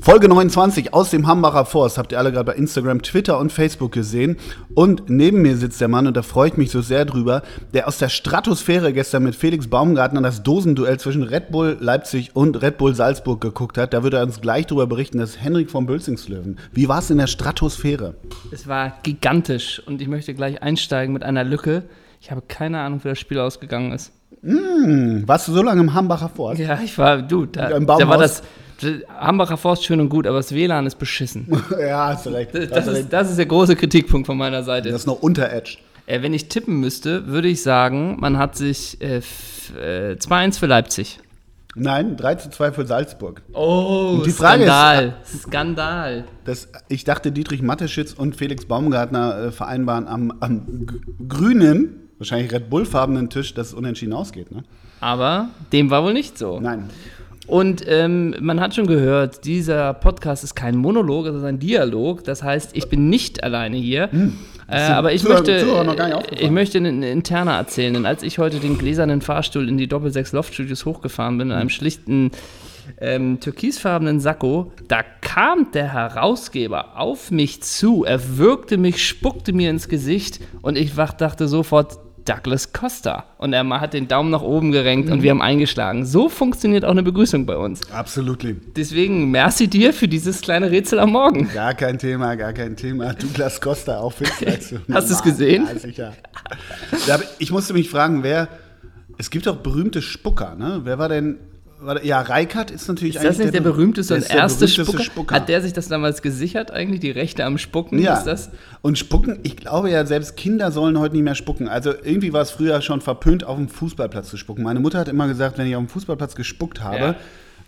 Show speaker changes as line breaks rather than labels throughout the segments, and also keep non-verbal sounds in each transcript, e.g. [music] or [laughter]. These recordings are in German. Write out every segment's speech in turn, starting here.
Folge 29 aus dem Hambacher Forst habt ihr alle gerade bei Instagram, Twitter und Facebook gesehen. Und neben mir sitzt der Mann, und da freue ich mich so sehr drüber, der aus der Stratosphäre gestern mit Felix Baumgartner das Dosenduell zwischen Red Bull Leipzig und Red Bull Salzburg geguckt hat. Da wird er uns gleich drüber berichten. Das ist Henrik von Bülzingslöwen. Wie war es in der Stratosphäre?
Es war gigantisch und ich möchte gleich einsteigen mit einer Lücke. Ich habe keine Ahnung, wie das Spiel ausgegangen ist.
Hm, warst du so lange im Hambacher Forst?
Ja, ich war, du, da,
Im
da war
Baumhaus.
das. Hambacher Forst schön und gut, aber das WLAN ist beschissen.
ja, hast du recht.
Das ist, das ist der große Kritikpunkt von meiner Seite.
das ist noch unter Edge.
Äh, wenn ich tippen müsste, würde ich sagen, man hat sich äh, f- äh, 2-1 für Leipzig.
Nein, 3 zu 2 für Salzburg.
Oh,
die Frage ist- äh,
Skandal. Skandal.
Das, ich dachte, Dietrich Matteschitz und Felix Baumgartner äh, vereinbaren am, am g- grünen, wahrscheinlich Red Bull-farbenen Tisch, dass es unentschieden ausgeht. Ne?
Aber dem war wohl nicht so.
Nein.
Und ähm, man hat schon gehört, dieser Podcast ist kein Monolog, es ist ein Dialog. Das heißt, ich bin nicht alleine hier.
Hm.
Äh,
den
aber ich
Zuhör-
möchte, äh,
Zuhörern noch gar nicht
ich
aufgefallen.
möchte einen interner erzählen. Denn als ich heute den gläsernen Fahrstuhl in die Doppelsechs Loft Studios hochgefahren bin, in
Hm.
einem schlichten ähm, türkisfarbenen Sakko, da kam der Herausgeber auf mich zu. Er würgte mich, spuckte mir ins Gesicht und ich wach, dachte sofort, Douglas Costa. Und er ma- hat den Daumen nach oben gerenkt und wir haben eingeschlagen. So funktioniert auch eine Begrüßung bei uns.
Absolut.
Deswegen merci dir für dieses kleine Rätsel am Morgen.
Gar kein Thema, gar kein Thema. Douglas Costa auch fit. [laughs] Hast
Hast du's gesehen?
Ja, sicher. Da hab ich- Ich musste mich fragen, wer. Es gibt doch berühmte Spucker, ne? Wer war denn. War der, ja, Reikert ist natürlich
Ist das nicht der
Be-
berühmteste
der
und
ist der
erste
berühmteste
Spucker? Hat der sich das damals gesichert eigentlich, die Rechte am Spucken?
Ja.
Ist das?
Und spucken, ich glaube ja, selbst Kinder sollen heute nicht mehr spucken. Also irgendwie war es früher schon verpönt, auf dem Fußballplatz zu spucken. Meine Mutter hat immer gesagt, wenn ich auf dem Fußballplatz gespuckt habe,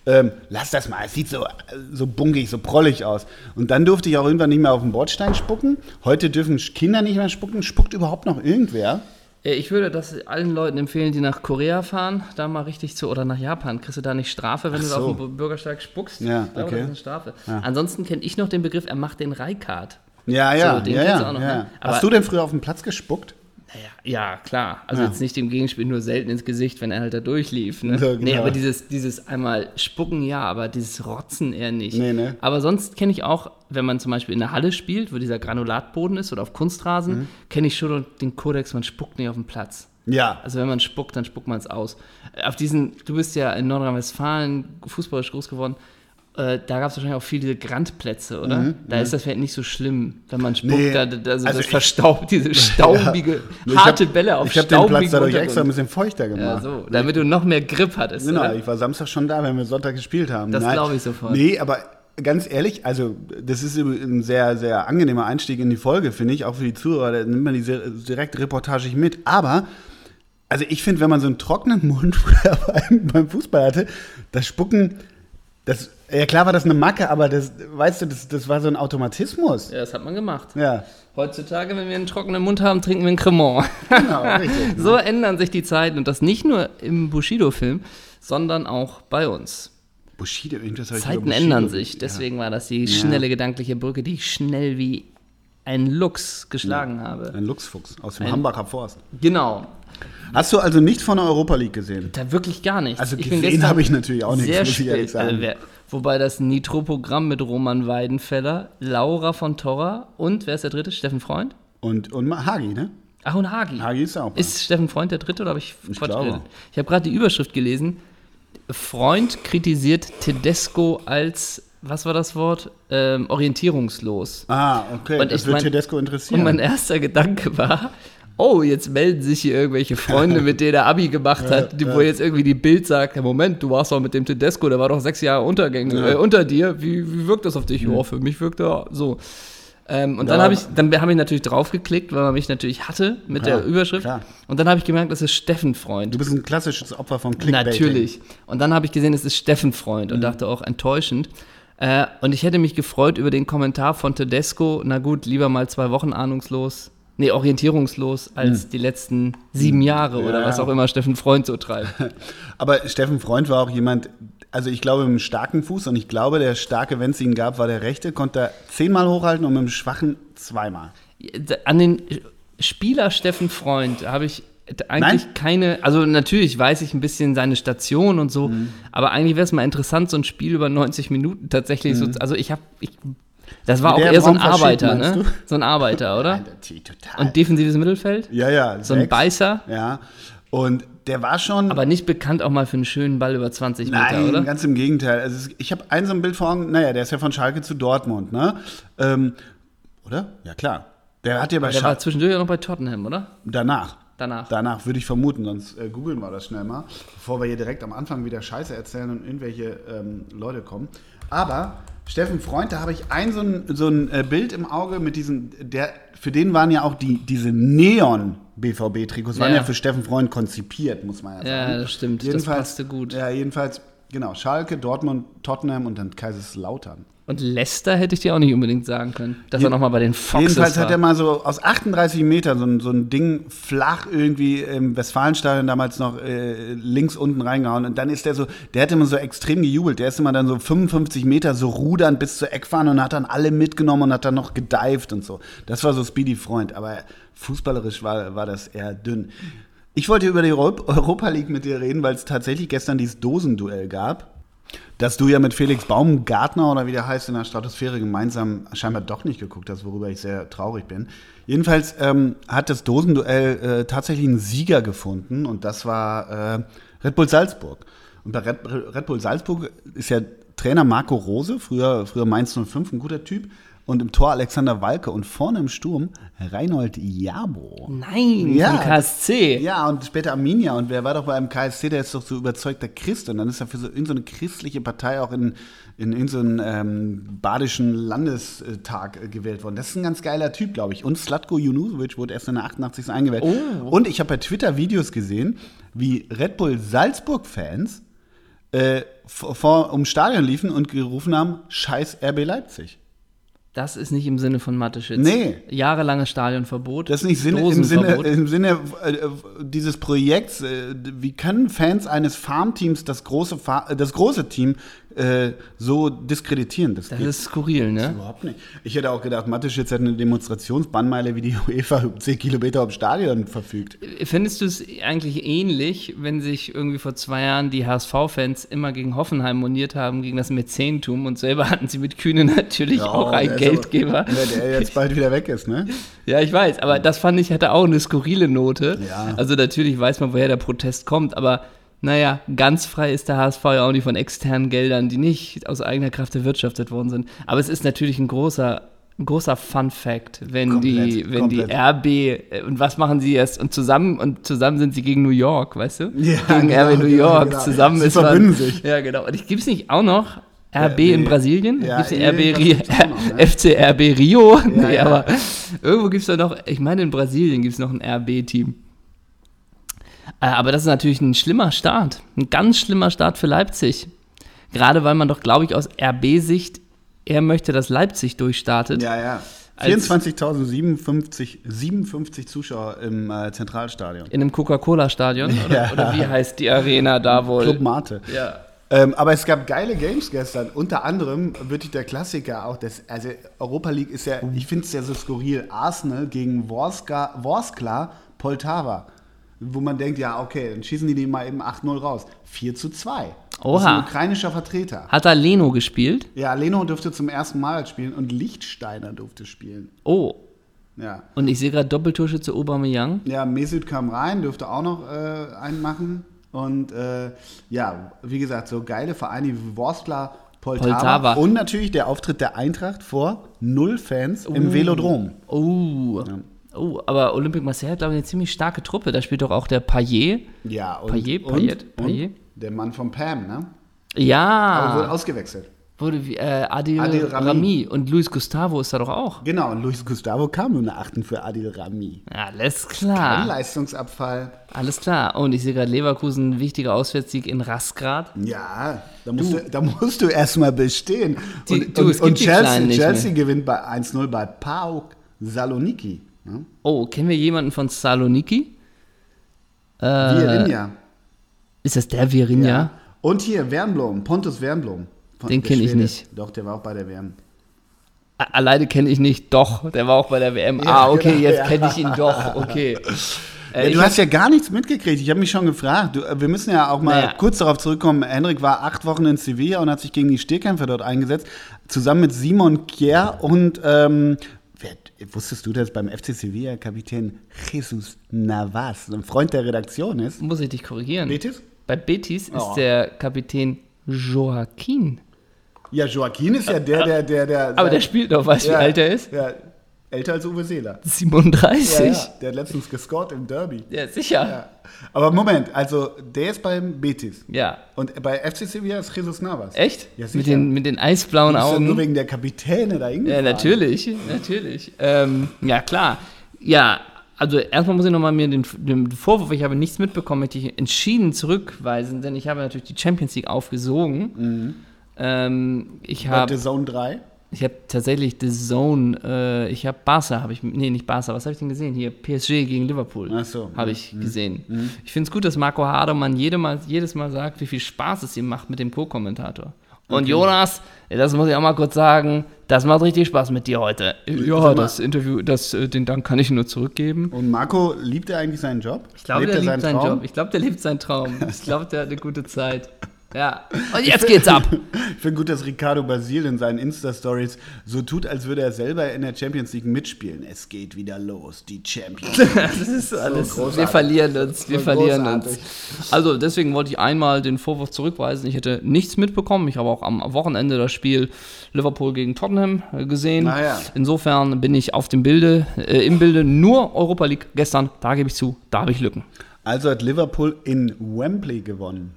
ähm, lass das mal, es sieht so, so bunkig, so prollig aus. Und dann durfte ich auch irgendwann nicht mehr auf dem Bordstein spucken. Heute dürfen Kinder nicht mehr spucken. Spuckt überhaupt noch irgendwer?
Äh, Ich würde das allen Leuten empfehlen, die nach Korea fahren, da mal richtig zu, oder nach Japan. Kriegst du da nicht Strafe, wenn du da
so.
auf dem Bürgersteig spuckst?
Ja,
Ich glaube,
okay.
Das ist eine Strafe. Ansonsten kenne ich noch den Begriff, er macht den Reikart.
Ja, ja,
So, den
ja,
gibt's
ja,
auch noch,
ja.
ne? Aber-
Hast du denn früher auf dem Platz gespuckt?
Naja, ja, klar. Also
Ja.
jetzt nicht dem Gegenspiel nur selten ins Gesicht, wenn er halt da durchlief. Ne?
Ja,
Nee,
genau.
aber dieses, dieses einmal spucken ja, aber dieses Rotzen eher nicht.
Nee, ne?
Aber sonst kenne ich auch, wenn man zum Beispiel in der Halle spielt, wo dieser Granulatboden ist oder auf Kunstrasen,
Mhm.
kenne ich schon den Kodex, man spuckt nicht auf dem Platz.
Ja.
Also wenn man spuckt, dann spuckt man es aus. Äh, Auf diesen, du bist ja in Nordrhein-Westfalen fußballisch groß geworden. Äh, da gab es wahrscheinlich auch viele Grandplätze, oder? da ist das vielleicht nicht so schlimm, wenn man spuckt.
Mhm, Nee,
da, da, also,
also
das
ich- [laughs]
verstaubt, diese staubige,
Ich
harte
hab-
Bälle auf
Ich habe den Platz
staubigen
dadurch extra ein bisschen
Untergrund.
feuchter gemacht.
ja, so, damit du noch mehr Grip hattest.
Genau,
oder?
ich war Samstag schon da, wenn wir Sonntag gespielt haben.
Äh? Das
Nein.
glaub ich sofort.
Nee, aber ganz ehrlich, also das ist ein sehr, sehr angenehmer Einstieg in die Folge, finde ich, auch für die Zuhörer, da nimmt man die sehr- direkt reportagig mit. Aber, also ich finde, wenn man so einen trockenen [laughs] Mund früher beim, beim Fußball hatte, das Spucken, das, ja klar war das eine Macke, aber das, weißt du, das, das war so ein Automatismus.
Ja, das hat man gemacht.
Ja,
Heutzutage, wenn wir einen trockenen Mund haben, trinken wir einen Cremant. [laughs]
genau, richtig.
so ändern sich die Zeiten und das nicht nur im Bushido-Film, sondern auch bei uns.
Bushido, irgendwas hab ich über
Zeiten
Bushido-
ändern sich. Deswegen war das die schnelle gedankliche Brücke, die ich schnell wie ein Luchs geschlagen habe.
Ein Luchsfuchs aus dem Hambacher Forst.
Genau.
Hast du also nicht von der Europa League gesehen?
Da wirklich gar nichts.
Also
bin
gesehen
gestern
habe ich natürlich auch nichts,
sehr
muss ich ehrlich
spät-
sagen.
äh, wer- wobei das Nitro-Programm mit Roman Weidenfeller, Laura von Torra und wer ist der dritte? Steffen Freund?
Und, und Ma- Hagi, ne?
Ach, und Hagi.
Hagi ist auch.
Ist Steffen Freund der dritte oder habe ich Quatsch
glaube.
geredet? Ich habe gerade die Überschrift gelesen. Freund kritisiert Tedesco als, was war das Wort? Ähm, orientierungslos.
ah, okay.
Und
das
ich
wird
mein-
Tedesco
Und
interessieren.
mein erster Gedanke war, oh, jetzt melden sich hier irgendwelche Freunde, mit denen er
[laughs]
Abi gemacht hat, die, wo jetzt irgendwie die Bild sagt, "Ja, Moment, du warst doch mit dem Tedesco, der war doch sechs Jahre Untergäng, äh, unter dir, wie, wie wirkt das auf dich? Ja, für mich wirkt er so. Ähm, und dann
Mhm. Ja.
habe ich, dann habe ich natürlich draufgeklickt, weil man mich natürlich hatte mit
Klar,
der Überschrift.
klar.
Und dann habe ich gemerkt, das ist Steffen Freund.
du bist ein klassisches Opfer von Clickbaiting. Mhm.
Natürlich. Und dann habe ich gesehen, es ist Steffen Freund und dachte auch enttäuschend. Äh, und ich hätte mich gefreut über den Kommentar von Tedesco. Na gut, lieber mal zwei Wochen ahnungslos, nee, orientierungslos, als die letzten sieben Jahre oder
Mhm. Ja,
was
ja.
auch immer Steffen Freund so treibt.
Aber Steffen Freund war auch jemand, also ich glaube, mit einem starken Fuß und ich glaube, der starke, wenn es ihn gab, war der rechte, konnte er zehnmal hochhalten und mit dem schwachen zweimal.
An den Spieler Steffen Freund habe ich eigentlich keine, also natürlich weiß ich ein bisschen seine Station und so,
Mhm.
aber eigentlich wäre es mal interessant, so ein Spiel über 90 Minuten tatsächlich so, also ich habe, ich, das war
Mit
auch
Mhm. der
eher so ein
im Raum verschieden,
Arbeiter,
meinst
ne?
du?
So
[laughs]
ein Arbeiter, oder?
Natürlich, Total.
Und defensives Mittelfeld,
ja, ja.
so ein
sechs.
Beißer,
Ja. Und der war schon.
aber nicht bekannt auch mal für einen schönen Ball über 20
Nein,
Meter, oder?
ganz im Gegenteil. Also es- ich habe ein so ein Bild vor Augen, naja, der ist ja von Schalke zu Dortmund, ne? Ähm, oder? Ja, klar. Der hat ja bei
Der war
Schalke
zwischendurch auch noch bei Tottenham, oder?
danach.
Danach.
Danach würde ich vermuten, sonst äh, googeln wir das schnell mal, bevor wir hier direkt am Anfang wieder Scheiße erzählen und irgendwelche ähm, Leute kommen. Aber Steffen Freund, da habe ich ein so ein, so ein äh, Bild im Auge mit diesen, der, für den waren ja auch die, diese Neon-BVB-Trikots, waren
Ja.
ja für Steffen Freund konzipiert, muss man ja sagen.
Ja, das stimmt. Das passte gut.
Ja, jedenfalls, genau, Schalke, Dortmund, Tottenham und dann Kaiserslautern.
Und Leicester hätte ich dir auch nicht unbedingt sagen können, dass er nochmal bei den Foxes
Jedenfalls hat
war.
er mal so aus 38 Metern so ein, so ein Ding flach irgendwie im Westfalenstadion damals noch äh, links unten reingehauen. Und dann ist der so, der hat immer so extrem gejubelt. Der ist immer dann so 55 Meter so rudern bis zur Eckfahne und hat dann alle mitgenommen und hat dann noch gedived und so. Das war so Speedy Freund. Aber fußballerisch war, war das eher dünn. Ich wollte über die Europ- Europa League mit dir reden, weil es tatsächlich gestern dieses Dosenduell gab. Dass du ja mit Felix Baumgartner oder wie der heißt in der Stratosphäre gemeinsam scheinbar doch nicht geguckt hast, worüber ich sehr traurig bin. Jedenfalls ähm, hat das Dosenduell äh, tatsächlich einen Sieger gefunden und das war äh, Red Bull Salzburg. Und bei Red, Red Bull Salzburg ist ja Trainer Marco Rose, früher, früher Mainz 05, ein guter Typ. Und im Tor Alexander Walke und vorne im Sturm Reinhold Jabo.
Nein,
Ja.
vom KSC.
Ja, und später Arminia. Und wer war doch bei einem KSC, der ist doch so überzeugter Christ. Und dann ist er für so, in so eine christliche Partei auch in, in, in so einen ähm, badischen Landestag äh, gewählt worden. Das ist ein ganz geiler Typ, glaube ich. Und Slatko Junusovic wurde erst in der 88. eingewählt. Und ich habe bei Twitter Videos gesehen, wie Red Bull Salzburg-Fans äh, vor, vor ums Stadion liefen und gerufen haben, scheiß RB Leipzig.
Das ist nicht im Sinne von Matteschitz.
Nee.
Jahrelanges Stadionverbot.
Das ist nicht Sinne, im Sinne,
Dosenverbot.
im Sinne äh, äh, dieses Projekts. Äh, wie können Fans eines Farmteams das große, Fa das große Team äh, so diskreditieren? Das,
Das
geht
ist skurril, ne?
überhaupt nicht. Ich hätte auch gedacht, Mateschitz hat eine Demonstrationsbannmeile wie die UEFA über 10 Kilometer am Stadion verfügt.
Findest du es eigentlich ähnlich, wenn sich irgendwie vor zwei Jahren die HSV-Fans immer gegen Hoffenheim moniert haben, gegen das Mäzentum und selber hatten sie mit Kühne natürlich auch
der
einen
ist
Geldgeber?
Aber, ja, also, der jetzt bald wieder weg ist,
[laughs]
ne?
Ja, ich weiß, aber das fand ich hatte auch eine skurrile Note.
Ja.
Also natürlich weiß man, woher der Protest kommt, aber naja, ganz frei ist der HSV ja auch nicht von externen Geldern, die nicht aus eigener Kraft erwirtschaftet worden sind. Aber es ist natürlich ein großer, ein großer Fun Fact, wenn
Komplett,
die, wenn
komplett.
die RB äh, und was machen sie erst und zusammen und zusammen sind sie gegen New York, weißt du?
Ja,
gegen
genau,
RB New
genau,
York
genau.
zusammen
Sie
ist man-
verbünden sich.
Ja, genau. Und ich gibt's nicht auch noch RB
RB.
in Brasilien?
Ja,
gibt's
irgendwas
RB Ri-
gibt's auch noch, ne?
FC RB Rio? [laughs] nee,
ja.
aber irgendwo gibt es da noch, ich meine, in Brasilien gibt es noch ein RB-Team. Äh, Aber das ist natürlich ein schlimmer Start. Ein ganz schlimmer Start für Leipzig. Gerade weil man doch, glaube ich, aus RB-Sicht eher möchte, dass Leipzig durchstartet.
Ja, ja.
Als-
24.057 57 Zuschauer im äh, Zentralstadion.
In
[laughs]
einem Coca-Cola-Stadion. Oder,
Ja.
oder wie heißt die Arena da wohl?
Club Mate.
Ja.
Ähm, aber es gab geile Games gestern. Unter anderem wirklich der Klassiker auch. Das, also Europa League ist ja, ich finde es ja so skurril. Arsenal gegen Worska, Worskla Poltava. Wo man denkt, ja, okay, dann schießen die die mal eben 8-0 raus. 4 zu 2. Das ist
Oha.
ein ukrainischer Vertreter.
Hat da Leno gespielt?
Ja, Leno durfte zum ersten Mal spielen und Lichtsteiner durfte spielen.
Oh,
Ja.
und ich sehe gerade Doppeltorschütze Aubameyang.
Ja, Mesut kam rein, dürfte auch noch äh, einen machen. Und äh, ja, wie gesagt, so geile Vereine wie Worstler, Poltava,
Poltava.
und natürlich der Auftritt der Eintracht vor null Fans
Uh.
im Velodrom.
Oh. Oh, aber Olympique Marseille hat, glaube ich, eine ziemlich starke Truppe. Da spielt doch auch der Payet.
Ja, und,
Payet,
und,
Payet,
und
Payet. Ah.
der Mann von Pam, ne? Aber
Ja.
wurde ausgewechselt.
Wurde wie äh, Adil,
Adil Rami.
Rami. und Luis Gustavo ist da doch auch.
Genau, und Luis Gustavo kam nur nach 8 für Adil Rami.
Alles
Ein
klar.
Leistungsabfall.
Alles klar. Und ich sehe gerade Leverkusen, wichtiger Auswärtssieg in Rasgrad.
Ja, da musst du, da musst du erstmal bestehen.
Die-
und
du,
und,
es gibt
und
die
Chelsea,
Kleinen nicht
Chelsea gewinnt bei 1-0 bei PAOK Saloniki. Ne?
Oh, kennen wir jemanden von Saloniki? Äh,
Vierinja.
Ist das der Virinja?
Und hier Wernblom, Pontus Wernblom. Von-
Den
der
kenn ich
Schwede.
nicht.
Doch, der war auch bei der WM.
A- Alleine kenne ich nicht. Doch, der war auch bei der WM.
Ja,
ah, okay,
genau,
jetzt
ja. [laughs]
kenne Äh, ich ihn doch. Okay.
Ja, du hast ja gar nichts mitgekriegt. Ich habe mich schon gefragt. Du, äh, wir müssen ja auch mal
Naja.
kurz darauf zurückkommen. Henrik war acht Wochen in Sevilla und hat sich gegen die Stierkämpfer dort eingesetzt. Zusammen mit Simon Kier und, ähm, wer, wusstest du, dass beim FC Sevilla Kapitän Jesus Navas ein Freund der Redaktion ist?
muss ich dich korrigieren.
Betis?
Bei Betis
Oh.
ist der Kapitän Joaquin.
Ja, Joaquin ist ja der, der, der, der.
Aber der spielt noch, weißt du, wie alt er ist?
Ja, älter als Uwe Seeler.
37.
Ja,
Ja,
ja, der hat letztens gescored im Derby.
sicher.
Ja. Aber Moment, also der ist beim Betis.
Ja.
Und bei FC Sevilla ist Jesus Navas.
Echt?
Ja, sicher.
mit, den, mit den eisblauen
Ist ja
Augen.
nur wegen der Kapitäne da hingefahren.
Ja, natürlich, natürlich. Ähm, ja, klar. Ja, also erstmal muss ich nochmal mir den, den Vorwurf, ich habe nichts mitbekommen, möchte ich entschieden zurückweisen, denn ich habe natürlich die Champions League aufgesogen.
Mhm.
Ähm, ich
Bei
habe
The Zone 3.
ich habe tatsächlich The Zone, äh, ich habe Barca, habe ich, nee, nicht Barca, was habe ich denn gesehen? Hier, PSG gegen Liverpool
Ach so.
habe ich gesehen. Ich finde es gut, dass Marco Hadermann jedes Mal, jedes Mal sagt, wie viel Spaß es ihm macht mit dem Co-Kommentator. Und Jonas, das muss ich auch mal kurz sagen, das macht richtig Spaß mit dir heute. Ja,
mal-
das Interview, das, äh, den Dank kann ich nur zurückgeben.
Und Marco, liebt er eigentlich seinen Job?
Ich glaube, der liebt seinen
Traum?
Job. Ich glaube, der liebt seinen Traum. Ich glaube, der hat eine gute Zeit. [laughs] Ja. Und jetzt geht's ab.
[laughs] Ich finde gut, dass Ricardo Basil in seinen Insta-Stories so tut, als würde er selber in der Champions League mitspielen. Es geht wieder los, die
[laughs]
Champions League.
Das ist alles.
großartig.
wir verlieren uns, wir
So
verlieren
großartig.
uns. Also deswegen wollte ich einmal den Vorwurf zurückweisen. Ich hätte nichts mitbekommen. Ich habe auch am Wochenende das Spiel Liverpool gegen Tottenham äh, gesehen.
Ah ja.
Insofern bin ich auf dem Bilde, äh, im Bilde nur Europa League gestern. Da gebe ich zu, da habe ich Lücken.
Also hat Liverpool in Wembley gewonnen.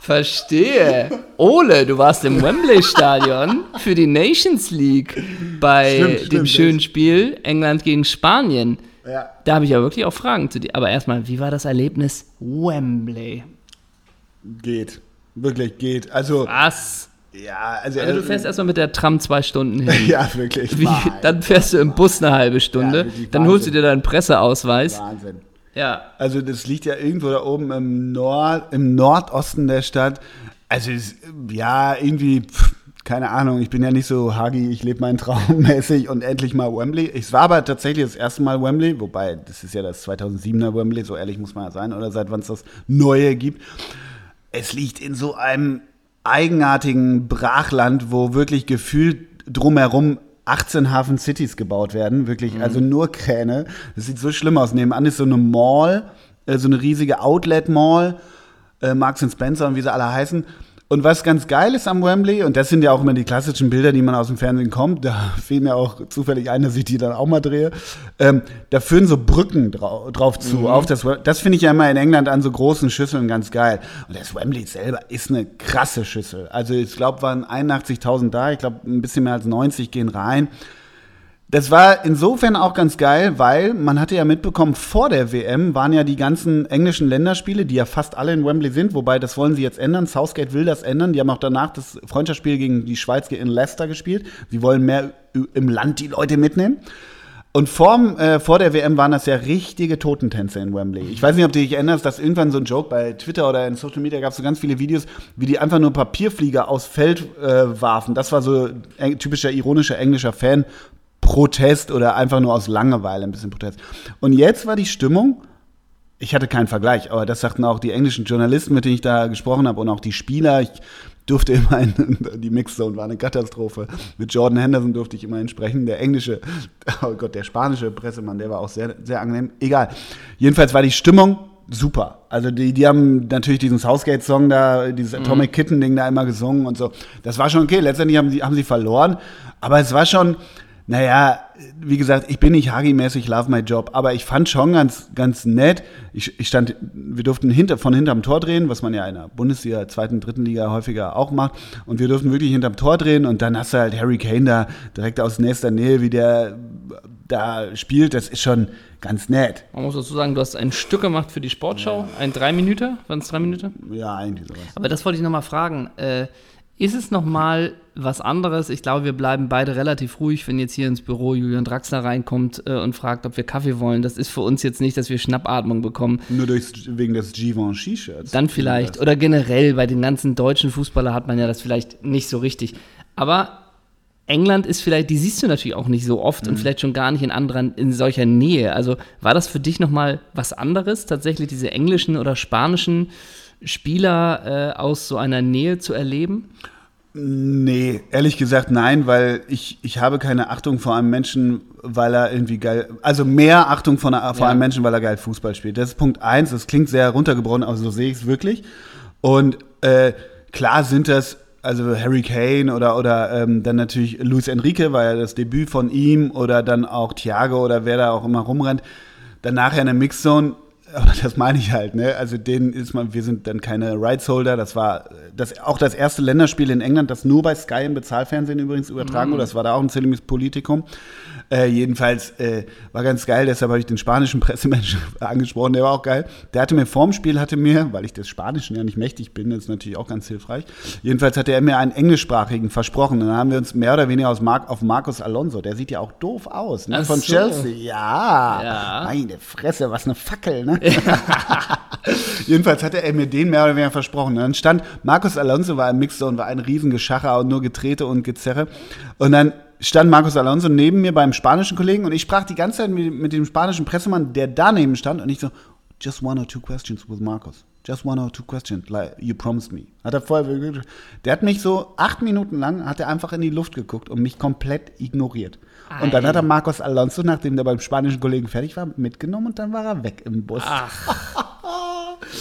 Verstehe. [laughs] Ole, du warst im Wembley-Stadion für die Nations League bei
Stimmt,
dem
stimmt,
schönen
echt.
Spiel England gegen Spanien.
Ja.
Da habe ich ja wirklich auch Fragen zu dir. Aber erstmal, wie war das Erlebnis Wembley?
Geht. Wirklich geht. Also,
Was?
ja, also.
Also Ah. du
äh,
fährst erstmal mit der Tram zwei
[laughs]
Stunden hin.
Ja, wirklich.
Wie,
Wahnsinn.
dann fährst du im Bus eine halbe Stunde.
Ja, wirklich
dann holst du
Wahnsinn.
dir deinen Presseausweis.
Wahnsinn.
Ja.
Also das liegt ja irgendwo da oben im, Nord, im Nordosten der Stadt. Also es, ja, irgendwie, pff, keine Ahnung, ich bin ja nicht so Hagi, ich lebe meinen Traum [laughs] mäßig und endlich mal Wembley. Es war aber tatsächlich das erste Mal Wembley, wobei das ist ja das 2007er Wembley, so ehrlich muss man ja sein, oder seit wann es das Neue gibt. Es liegt in so einem eigenartigen Brachland, wo wirklich gefühlt drumherum 18 Hafen Cities gebaut werden, wirklich, also nur Kräne. Das sieht so schlimm aus. Nebenan ist so eine Mall, äh, so eine riesige Outlet Mall, äh, Marks Spencer und wie sie alle heißen. Und was ganz geil ist am Wembley, und das sind ja auch immer die klassischen Bilder, die man aus dem Fernsehen kommt, da [laughs] fiel mir auch zufällig ein, dass ich die dann auch mal drehe, ähm, da führen so Brücken drau drauf zu. Auf das Wem- das finde ich ja immer in England an so großen Schüsseln ganz geil. Und das Wembley selber ist eine krasse Schüssel. Also ich glaube, waren 81.000 da, ich glaube, ein bisschen mehr als 90 gehen rein. Das war insofern auch ganz geil, weil man hatte ja mitbekommen, vor der WM waren ja die ganzen englischen Länderspiele, die ja fast alle in Wembley sind, wobei das wollen sie jetzt ändern. Southgate will das ändern. Die haben auch danach das Freundschaftsspiel gegen die Schweiz in Leicester gespielt. Sie wollen mehr ü- im Land die Leute mitnehmen. Und vorm, äh, vor der WM waren das ja richtige Totentänze in Wembley. Ich weiß nicht, ob du dich erinnerst, dass irgendwann so ein Joke bei Twitter oder in Social Media gab es so ganz viele Videos, wie die einfach nur Papierflieger aufs Feld äh, warfen. Das war so eng- typischer ironischer englischer Fan. Protest oder einfach nur aus Langeweile ein bisschen Protest. Und jetzt war die Stimmung, ich hatte keinen Vergleich, aber das sagten auch die englischen Journalisten, mit denen ich da gesprochen habe und auch die Spieler. Ich durfte immerhin, [laughs] die Mixzone war eine Katastrophe. Mit Jordan Henderson durfte ich immerhin sprechen. Der englische, [laughs] oh Gott, der spanische Pressemann, der war auch sehr, sehr angenehm. Egal. Jedenfalls war die Stimmung super. Also die, die haben natürlich diesen Southgate-Song da, dieses Atomic Kitten-Ding da immer gesungen und so. Das war schon okay. Letztendlich haben sie, haben sie verloren, aber es war schon, naja, wie gesagt, ich bin nicht Hagi-mäßig, love my job, aber ich fand schon ganz, ganz nett. Ich, ich stand, wir durften hinter, von hinterm Tor drehen, was man ja in der Bundesliga, zweiten, dritten Liga häufiger auch macht. Und wir durften wirklich hinterm Tor drehen und dann hast du halt Harry Kane da direkt aus nächster Nähe, wie der da spielt. Das ist schon ganz nett.
Man muss dazu sagen, du hast ein Stück gemacht für die Sportschau. Ein drei Minuten, waren es drei Minuten?
Ja, eigentlich sowas.
Aber das wollte ich nochmal fragen. Äh, ist es nochmal was anderes? Ich glaube, wir bleiben beide relativ ruhig, wenn jetzt hier ins Büro Julian Draxler reinkommt äh, und fragt, ob wir Kaffee wollen. Das ist für uns jetzt nicht, dass wir Schnappatmung bekommen.
Nur durchs, wegen des Givenchy-Shirts.
Dann vielleicht. Oder generell, bei den ganzen deutschen Fußballern hat man ja das vielleicht nicht so richtig. Aber England ist vielleicht, die siehst du natürlich auch nicht so oft und vielleicht schon gar nicht in anderen, in solcher Nähe. Also war das für dich nochmal was anderes, tatsächlich diese englischen oder spanischen Spieler äh, aus so einer Nähe zu erleben?
Nee, ehrlich gesagt nein, weil ich, ich habe keine Achtung vor einem Menschen, weil er irgendwie geil, also mehr Achtung vor, einer, vor
Ja.
einem Menschen, weil er geil Fußball spielt. Das ist Punkt eins, das klingt sehr runtergebrochen, aber so sehe ich es wirklich. Und äh, klar sind das, also Harry Kane oder, oder ähm, dann natürlich Luis Enrique war ja das Debüt von ihm oder dann auch Thiago oder wer da auch immer rumrennt. Dann nachher in der Mixzone, [laughs] aber das meine ich halt, ne? Also denen ist man, wir sind dann keine Rights Holder. Das war das, auch das erste Länderspiel in England, das nur bei Sky im Bezahlfernsehen übrigens übertragen wurde. Das war da auch ein ziemliches Politikum. Äh, jedenfalls äh, war ganz geil, deshalb habe ich den spanischen [laughs] Pressemenschen angesprochen, der war auch geil. Der hatte mir vorm Spiel, hatte mir, weil ich des Spanischen ja nicht mächtig bin, das ist natürlich auch ganz hilfreich. Jedenfalls hatte er mir einen englischsprachigen versprochen. Dann haben wir uns mehr oder weniger aus Mark, auf Marcos Alonso, der sieht ja auch doof aus, ne?
Ach
von
so.
Chelsea. Ja.
Ja.
meine Fresse, was eine Fackel,
[laughs]
ne? Jedenfalls hatte er mir den mehr oder weniger versprochen. Dann stand Marcus Alonso war im Mixer und war ein Riesengeschacher und nur Getrete und Gezerre. Und dann stand Marcus Alonso neben mir beim spanischen Kollegen und ich sprach die ganze Zeit mit, mit dem spanischen Pressemann, der daneben stand und ich so, just one or two questions with Marcus. Just one or two questions, like you promised me. Hat er vorher wirklich gesagt. Der hat mich so acht Minuten lang, hat er einfach in die Luft geguckt und mich komplett ignoriert. Und dann
Ei.
hat er Marcos Alonso, nachdem der beim spanischen Kollegen fertig war, mitgenommen und dann war er weg im Bus.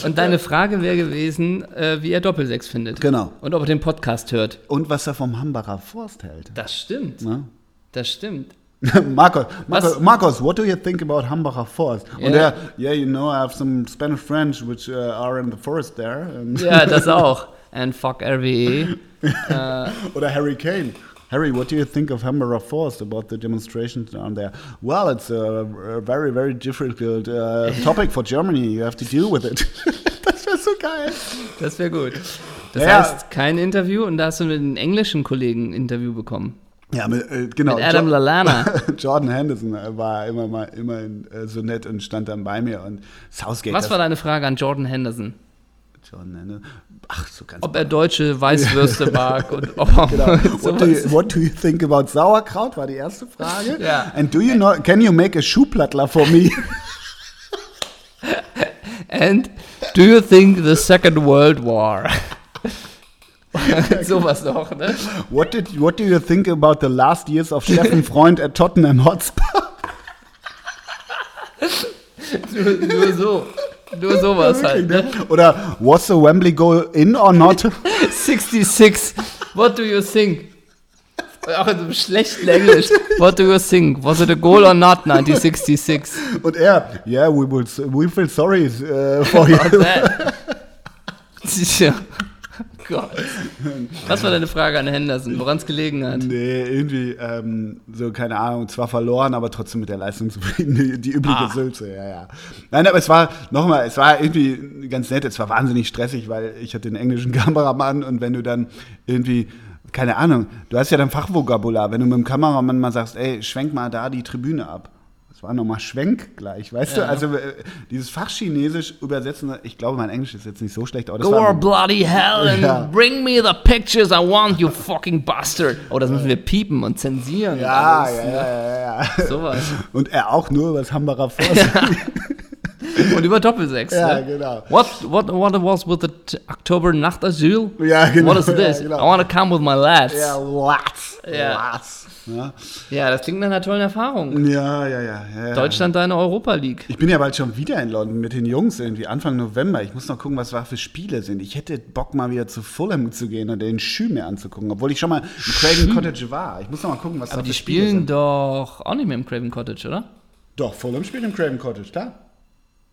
Und deine Frage wäre gewesen, äh, wie er Doppelsechs findet.
Genau.
Und ob er den Podcast hört.
Und was er vom Hambacher Forst hält.
Das stimmt.
Ne? [laughs]
Das stimmt.
Marcos, Marcos,
Was-
Marcos, what do you think about Hambacher Forst? Und er,
Ja.
yeah, you know, I have some Spanish French which uh, are in the forest there. And
Ja, das auch. And fuck E. RWE.
[laughs] Oder Harry Kane. Harry, what do you think of Hamburger Forest about the demonstrations down there? Well, it's a, a very, very difficult
[laughs]
uh, topic for Germany. You have to deal with it. [laughs] das wäre so geil.
Das wäre gut. Das
Ja.
heißt, kein Interview und da hast du mit einem englischen Kollegen ein Interview bekommen.
Ja, mit, äh, genau.
Mit Adam
Jo-
Lallana.
[laughs] Jordan Henderson äh, war immer mal immerhin äh, so nett und stand dann bei mir und Southgate.
Was
das-
war deine Frage an Jordan Henderson?
Jordan Henderson. ne? Ach, so ganz.
Ob er deutsche Weißwürste mag und ob
[laughs]
er [laughs]
Genau. What do, you,
sowas.
what do you think about Sauerkraut war die erste Frage.
[laughs] Ja.
And do you know, can you make a Schuhplattler for me? [laughs]
And do you think the Second World War?
[laughs]
sowas noch, ne?
What did what do you think about the last years of
[laughs]
Steffen Freund at Tottenham Hotspur?
Nur, nur so. Nur sowas halt, ne?
[laughs] Oder was the Wembley goal in or not? [laughs]
66. What do you think? Auch in so einem schlechten Englisch. What do you think? Was it a goal or not, 1966?
Und er, yeah, we will we feel sorry äh,
[laughs]
for you. [laughs]
That. Tja. Gott. Was war deine Frage an Henderson, woran es gelegen hat?
Nee, irgendwie, ähm, so, keine Ahnung, zwar verloren, aber trotzdem mit der Leistung zufrieden, die, die übliche
Ah.
Sülze, ja, ja. Nein, aber es war, nochmal, es war irgendwie ganz nett, es war wahnsinnig stressig, weil ich hatte den englischen [laughs] Kameramann und wenn du dann irgendwie, keine Ahnung, du hast ja dann Fachvokabular, wenn du mit dem Kameramann mal sagst, ey, schwenk mal da die Tribüne ab. Das war nochmal Schwenk gleich, weißt
Ja.
du? Also äh, dieses Fachchinesisch übersetzen, ich glaube, mein Englisch ist jetzt nicht so schlecht, aber das
Go
war
or bloody hell and
Ja.
bring me the pictures I want, you fucking bastard. Oh, das müssen wir piepen und zensieren. und
ja,
alles,
ja,
ne?
ja, ja, [laughs] ja.
Sowas.
Und er auch nur über das Hambacher Forst.
Und über Doppelsechs.
Ja,
ne?
genau.
What, what, what was with the t- October Nachtasyl?
Ja, genau,
What
[laughs]
is
ja,
this?
genau.
I want to come with my lads.
Ja, lots.
Ja.
Lots. Ja,
Ja, das klingt nach einer tollen Erfahrung.
ja, ja. ja, ja.
Deutschland deine Europa League.
Ich bin ja bald schon wieder in London mit den Jungs irgendwie Anfang November. Ich muss noch gucken, was da für Spiele sind. Ich hätte Bock mal wieder zu Fulham zu gehen und den Schü mir anzugucken, obwohl ich schon mal in Craven Cottage war. Ich muss noch mal gucken, was
Aber
da
die
für Spiele
spielen
sind.
doch auch nicht mehr im Craven Cottage, oder?
Doch, Fulham spielt im Craven Cottage, klar.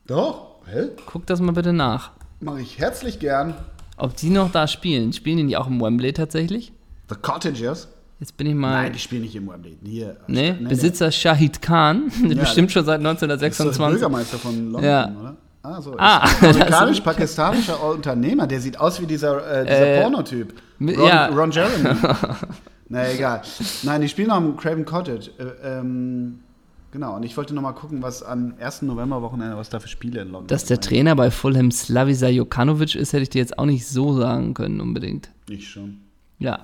Doch, hä?
Guck das mal bitte nach.
Mache ich herzlich gern.
Ob die noch da spielen? Spielen die auch im Wembley tatsächlich?
The Cottagers?
Jetzt bin ich mal.
Nein, die spielen nicht im Wembley. Hier.
nee? Besitzer Shahid Khan, [laughs] bestimmt schon seit
Das ist der
1926.
Bürgermeister von London,
Ja.
oder? Ah, so.
Ah,
Ist
das
ein
[laughs]
Amerikanisch-pakistanischer Unternehmer, der sieht aus wie dieser, äh, dieser
Äh,
Pornotyp.
mi-
Ron,
ja.
Ron Jeremy.
[laughs]
Na egal. Nein, die spielen noch im Craven Cottage. Äh, ähm, genau, und ich wollte noch mal gucken, was am 1. November-Wochenende, was da für Spiele in London
Dass der
sind.
Trainer bei Fulham Slavisa Jokanovic ist, hätte ich dir jetzt auch nicht so sagen können unbedingt.
Ich schon. [laughs]
Ja.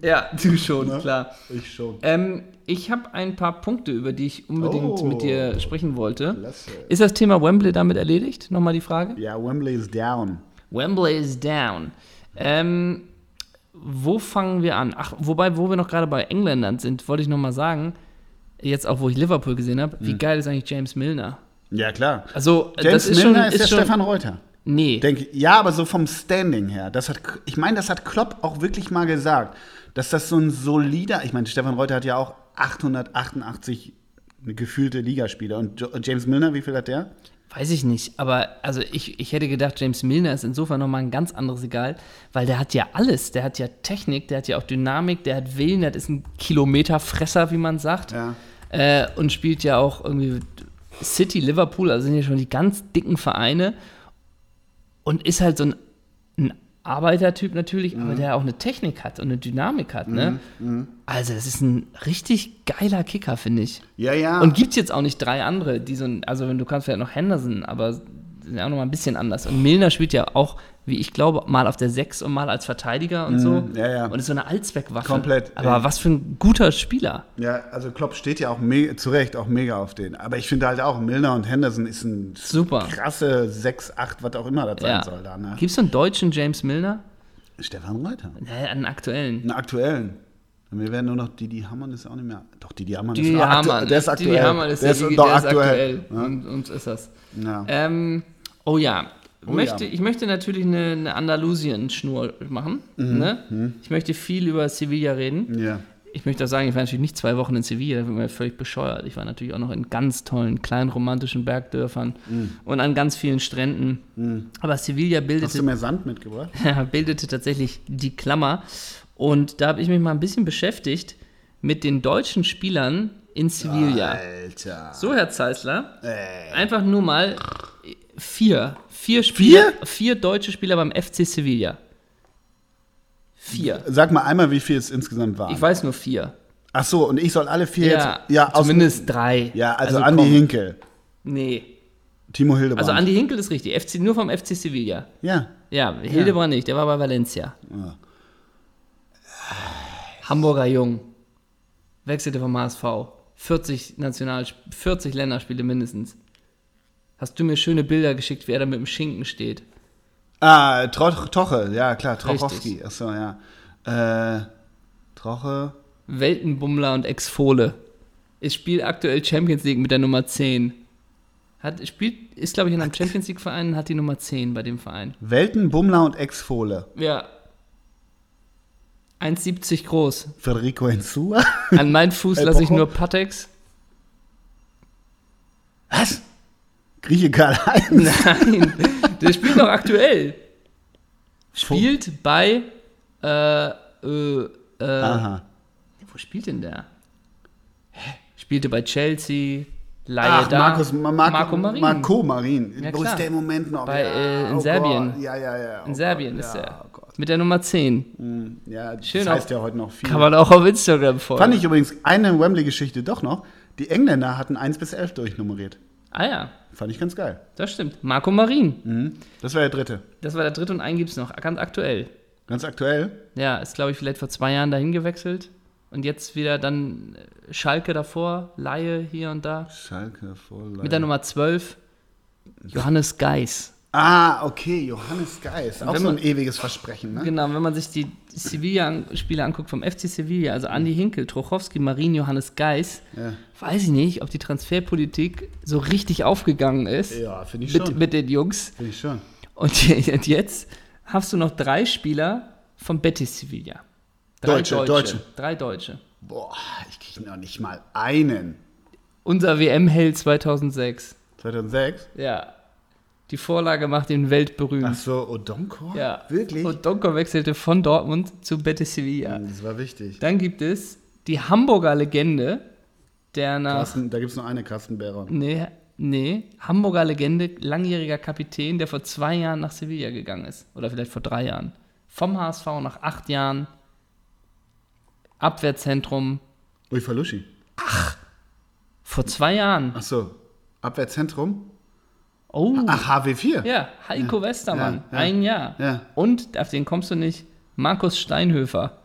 ja, du schon,
Ne?
klar.
Ich schon.
Ähm, ich habe ein paar Punkte, über die ich unbedingt
Oh.
mit dir sprechen wollte.
Klasse.
Ist das Thema Wembley damit erledigt? Nochmal die Frage.
Ja, Wembley is down.
Wembley is down. Ähm, wo fangen wir an? Ach, wobei, wo wir noch gerade bei Engländern sind, wollte ich nochmal sagen, jetzt auch, wo ich Liverpool gesehen habe, wie geil ist eigentlich James Milner?
Ja, klar.
Hm. Also, äh,
James
das ist
Milner
schon...
ist, ja
schon
Stefan Reuter.
nee,
Denke, ja, aber so vom Standing her. Das hat, ich meine, das hat Klopp auch wirklich mal gesagt, dass das so ein solider. Ich meine, Stefan Reuter hat ja auch 888 gefühlte Ligaspieler. Und jo äh, James Milner, wie viel hat der?
Weiß ich nicht, aber also ich, ich hätte gedacht, James Milner ist insofern nochmal ein ganz anderes Egal, weil der hat ja alles. Der hat ja Technik, der hat ja auch Dynamik, der hat Willen, der ist ein Kilometerfresser, wie man sagt.
Ja.
Äh, und spielt ja auch irgendwie City, Liverpool, also sind ja schon die ganz dicken Vereine. Und ist halt so ein, ein Arbeitertyp natürlich, aber
Mhm.
der auch eine Technik hat und eine Dynamik hat. Ne? Also, das ist ein richtig geiler Kicker, finde ich.
Ja, ja.
Und gibt es jetzt auch nicht drei andere, die so ein, also wenn du kannst vielleicht noch Henderson, aber sind auch noch mal ein bisschen anders. Und Milner spielt ja auch, wie ich glaube, mal auf der Sechs und mal als Verteidiger und so.
ja, Mhm, ja.
Und ist so eine Allzweckwaffe.
Komplett,
Aber
ja.
was für ein guter Spieler.
ja, also Klopp steht ja auch me- zu Recht auch mega auf den. Aber ich finde halt auch, Milner und Henderson ist ein
Super.
krasse 6, 8, was auch immer das sein
Ja.
soll da. Ne?
Gibt es einen deutschen James Milner?
Stefan Reuter.
Naja, einen aktuellen.
Einen aktuellen. Wir werden nur noch Didi Hamann ist auch nicht mehr. Doch, Didi Hamann
Didi
ist noch aktu-
Hamann.
Der ist aktuell.
Didi Hamann ist
der ist,
der,
doch
der ist
aktuell.
aktuell. Und, und ist das.
Ja.
Ähm, oh ja. möchte,
ja.
Ich möchte natürlich eine, eine Andalusien-Schnur machen.
Mhm.
Ne? Ich möchte viel über Sevilla reden.
Ja.
Ich möchte auch sagen, ich war natürlich nicht zwei Wochen in Sevilla, da wird mir völlig bescheuert. Ich war natürlich auch noch in ganz tollen, kleinen, romantischen Bergdörfern und an ganz vielen Stränden. Aber
Mhm.
Sevilla
Hast du
bildete,
mehr Sand mitgebracht?
[laughs] bildete tatsächlich die Klammer. Und da habe ich mich mal ein bisschen beschäftigt mit den deutschen Spielern in Sevilla.
Alter.
So, Herr Zeisler,
Ey.
einfach nur mal vier. Vier Spieler, vier deutsche Spieler beim FC Sevilla. Vier.
Sag mal einmal, wie viel es insgesamt
Ich
waren.
weiß nur vier.
Ach so, und ich soll alle vier
Ja,
jetzt. Ja, aus-
zumindest drei.
Ja, also,
an
Andi
die
Hinkel,
Nee.
Timo Hildebrand.
Also Andi Hinkel ist richtig. FC, nur vom FC Sevilla.
Ja.
Ja, Hildebrand nicht, der war bei Valencia. Hamburger Jung. Wechselte vom HSV. 40 National 40 Länderspiele mindestens. Hast du mir schöne Bilder geschickt, wie er da mit dem Schinken steht.
Ah, Tro Toche, ja klar, Trochowski.
Richtig.
Ach so, ja. Äh, Troche.
Weltenbummler und Ex-Fohle. Er spielt aktuell Champions League mit der Nummer 10. Hat, spielt, ist, glaube ich, in einem Champions League-Verein und hat die Nummer 10 bei dem Verein.
Welten, Bummler und Ex-Fohle.
Ja. 1,70 groß.
Federico Insua.
An meinen Fuß
El
lasse ich
Pocho?
nur Patex.
[laughs] Was? Grieche Karl Heinz.
Nein, der spielt noch aktuell. Spielt bei. Äh, äh, äh,
Aha.
wo spielt denn der? Hä? Spielte bei Chelsea. Laie
Ach,
da.
Markus, Ma- Marco,
Marco Marin.
Marco Marin.
Ja,
Wo ist
klar.
der im Moment noch?
Bei,
ja, oh
äh, in
Gott.
Serbien.
Ja, ja, ja.
In
oh
Serbien
Gott,
ist
ja,
er.
Oh Gott.
Mit der Nummer 10.
Hm, Ja,
Schön
das heißt
auch-
ja heute noch viel.
Kann man auch auf Instagram folgen.
Fand ich übrigens eine Wembley-Geschichte doch noch. Die Engländer hatten 1 bis 11 durchnummeriert.
Ah ja,
Fand ich ganz geil.
das stimmt. Marco Marin.
Mhm. Das war der dritte.
Das war der dritte und einen gibt es noch. Ganz aktuell.
Ganz aktuell.
Ja, ist, glaube ich, vielleicht vor zwei Jahren dahin gewechselt. Und jetzt wieder dann äh, Schalke davor, Laie hier und da.
Schalke voll.
Mit der Nummer 12, Johannes Geis.
Ah, okay. Johannes Geis. Auch
wenn
so ein
man-
ewiges Versprechen, ne?
Genau, wenn man sich die Sevilla-Spiele anguckt vom FC Sevilla, also Andi Hinkel, Trochowski, Marin, Johannes Geis,
Ja.
weiß ich nicht, ob die Transferpolitik so richtig aufgegangen ist
Ja, finde ich
mit,
schon.
mit den Jungs.
Finde ich schon.
Und [laughs] je- und jetzt hast du noch drei Spieler vom Betis Sevilla. Drei
Deutsche, Deutsche.
Drei Deutsche.
Boah, ich kriege noch nicht mal einen.
Unser WM-Held 2006.
2006.
Ja. Die Vorlage macht ihn weltberühmt.
Ach so, Odonkor?
ja.
Wirklich?
Und Donko wechselte von Dortmund zu Betis Sevilla.
Hm, Das war wichtig.
Dann gibt es die Hamburger Legende, der nach.
Carsten, da gibt es nur eine Carsten Behrer.
Nee, nee. Hamburger Legende, langjähriger Kapitän, der vor zwei Jahren nach Sevilla gegangen ist. Oder vielleicht vor drei Jahren. Vom HSV nach acht Jahren. Abwehrzentrum.
Ui, Faluschi.
Vor zwei Jahren.
Ach so, Abwehrzentrum?
Oh.
Ach, HW4.
Ja, Heiko Westermann.
ja, ja.
Ein Jahr.
Ja.
Und auf den kommst du nicht. Markus Steinhöfer.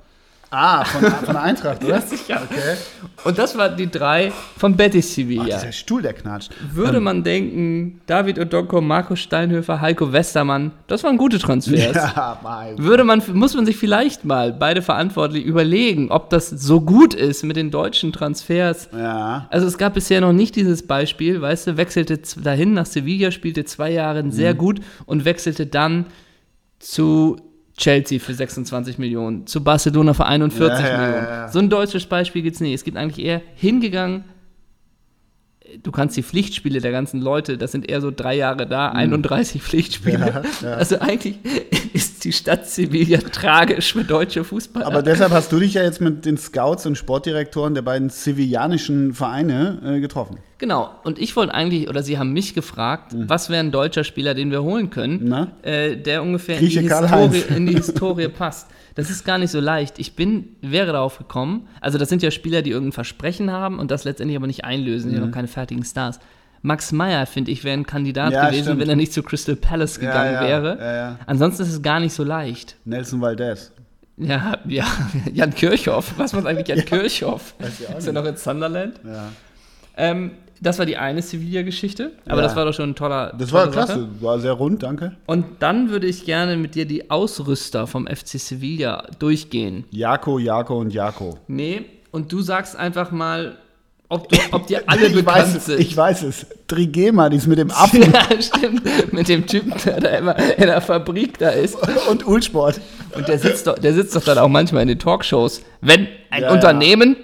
Ah, von, von der Eintracht, oder?
[laughs] Ja, sicher.
Okay.
Und das waren die drei von Betis
Ach,
Sevilla.
dieser Stuhl, der knatscht.
Würde man denken, David Odonko, Markus Steinhöfer, Heiko Westermann, das waren gute
[laughs]
Transfers.
Ja, mein.
Würde man, muss man sich vielleicht mal beide verantwortlich überlegen, ob das so gut ist mit den deutschen Transfers.
Ja.
Also es gab bisher noch nicht dieses Beispiel, weißt du, wechselte z- dahin nach Sevilla, spielte zwei Jahre
Mhm.
sehr gut und wechselte dann zu Chelsea für 26 Millionen, zu Barcelona für 41
Ja, ja,
Millionen.
ja, ja.
So ein deutsches Beispiel gibt es nicht. Es gibt eigentlich eher hingegangen, du kannst die Pflichtspiele der ganzen Leute, das sind eher so drei Jahre
Mhm.
da, 31 Pflichtspiele. Also eigentlich [laughs] ist die Stadt Sevilla tragisch für deutsche Fußballer.
Aber deshalb hast du dich ja jetzt mit den Scouts und Sportdirektoren der beiden sevillanischen Vereine äh, getroffen.
Genau, und ich wollte eigentlich, oder Sie haben mich gefragt, was wäre ein deutscher Spieler, den wir holen können,
Mhm. Na?
äh, der ungefähr in die,
Grieche
Historie,
Karl-Heinz. [laughs]
in die Historie passt. Das ist gar nicht so leicht. Ich bin, wäre darauf gekommen, also das sind ja Spieler, die irgendein Versprechen haben und das letztendlich aber nicht einlösen, die sind ja
Mhm.
noch keine fertigen Stars. Max Meyer, finde ich, wäre ein Kandidat
Ja,
gewesen,
stimmt.
wenn er nicht zu Crystal Palace
Ja,
gegangen
ja,
wäre.
ja, ja.
Ansonsten ist es gar nicht so leicht.
Nelson Valdez.
Ja, ja, [laughs] Jan Kirchhoff. Was macht eigentlich Jan Kirchhoff? Ist er noch in Sunderland?
Ja.
Ähm, das war die eine Sevilla-Geschichte, aber
Ja.
das war doch schon ein toller.
Das war
tolle Sache.
klasse. War sehr rund, danke.
Und dann würde ich gerne mit dir die Ausrüster vom FC Sevilla durchgehen.
Jako, Jako und Jako.
Nee, und du sagst einfach mal, ob, du, ob dir
[laughs]
alle
ich
bekannt
weiß es,
sind.
ich weiß es. Trigema, die ist mit dem Affen
[laughs] ja, stimmt. Mit dem Typen, der da immer in der Fabrik da ist.
und Ulsport.
Und der sitzt doch, der sitzt doch dann auch manchmal in den Talkshows. Wenn ein
Ja, ja.
Unternehmen,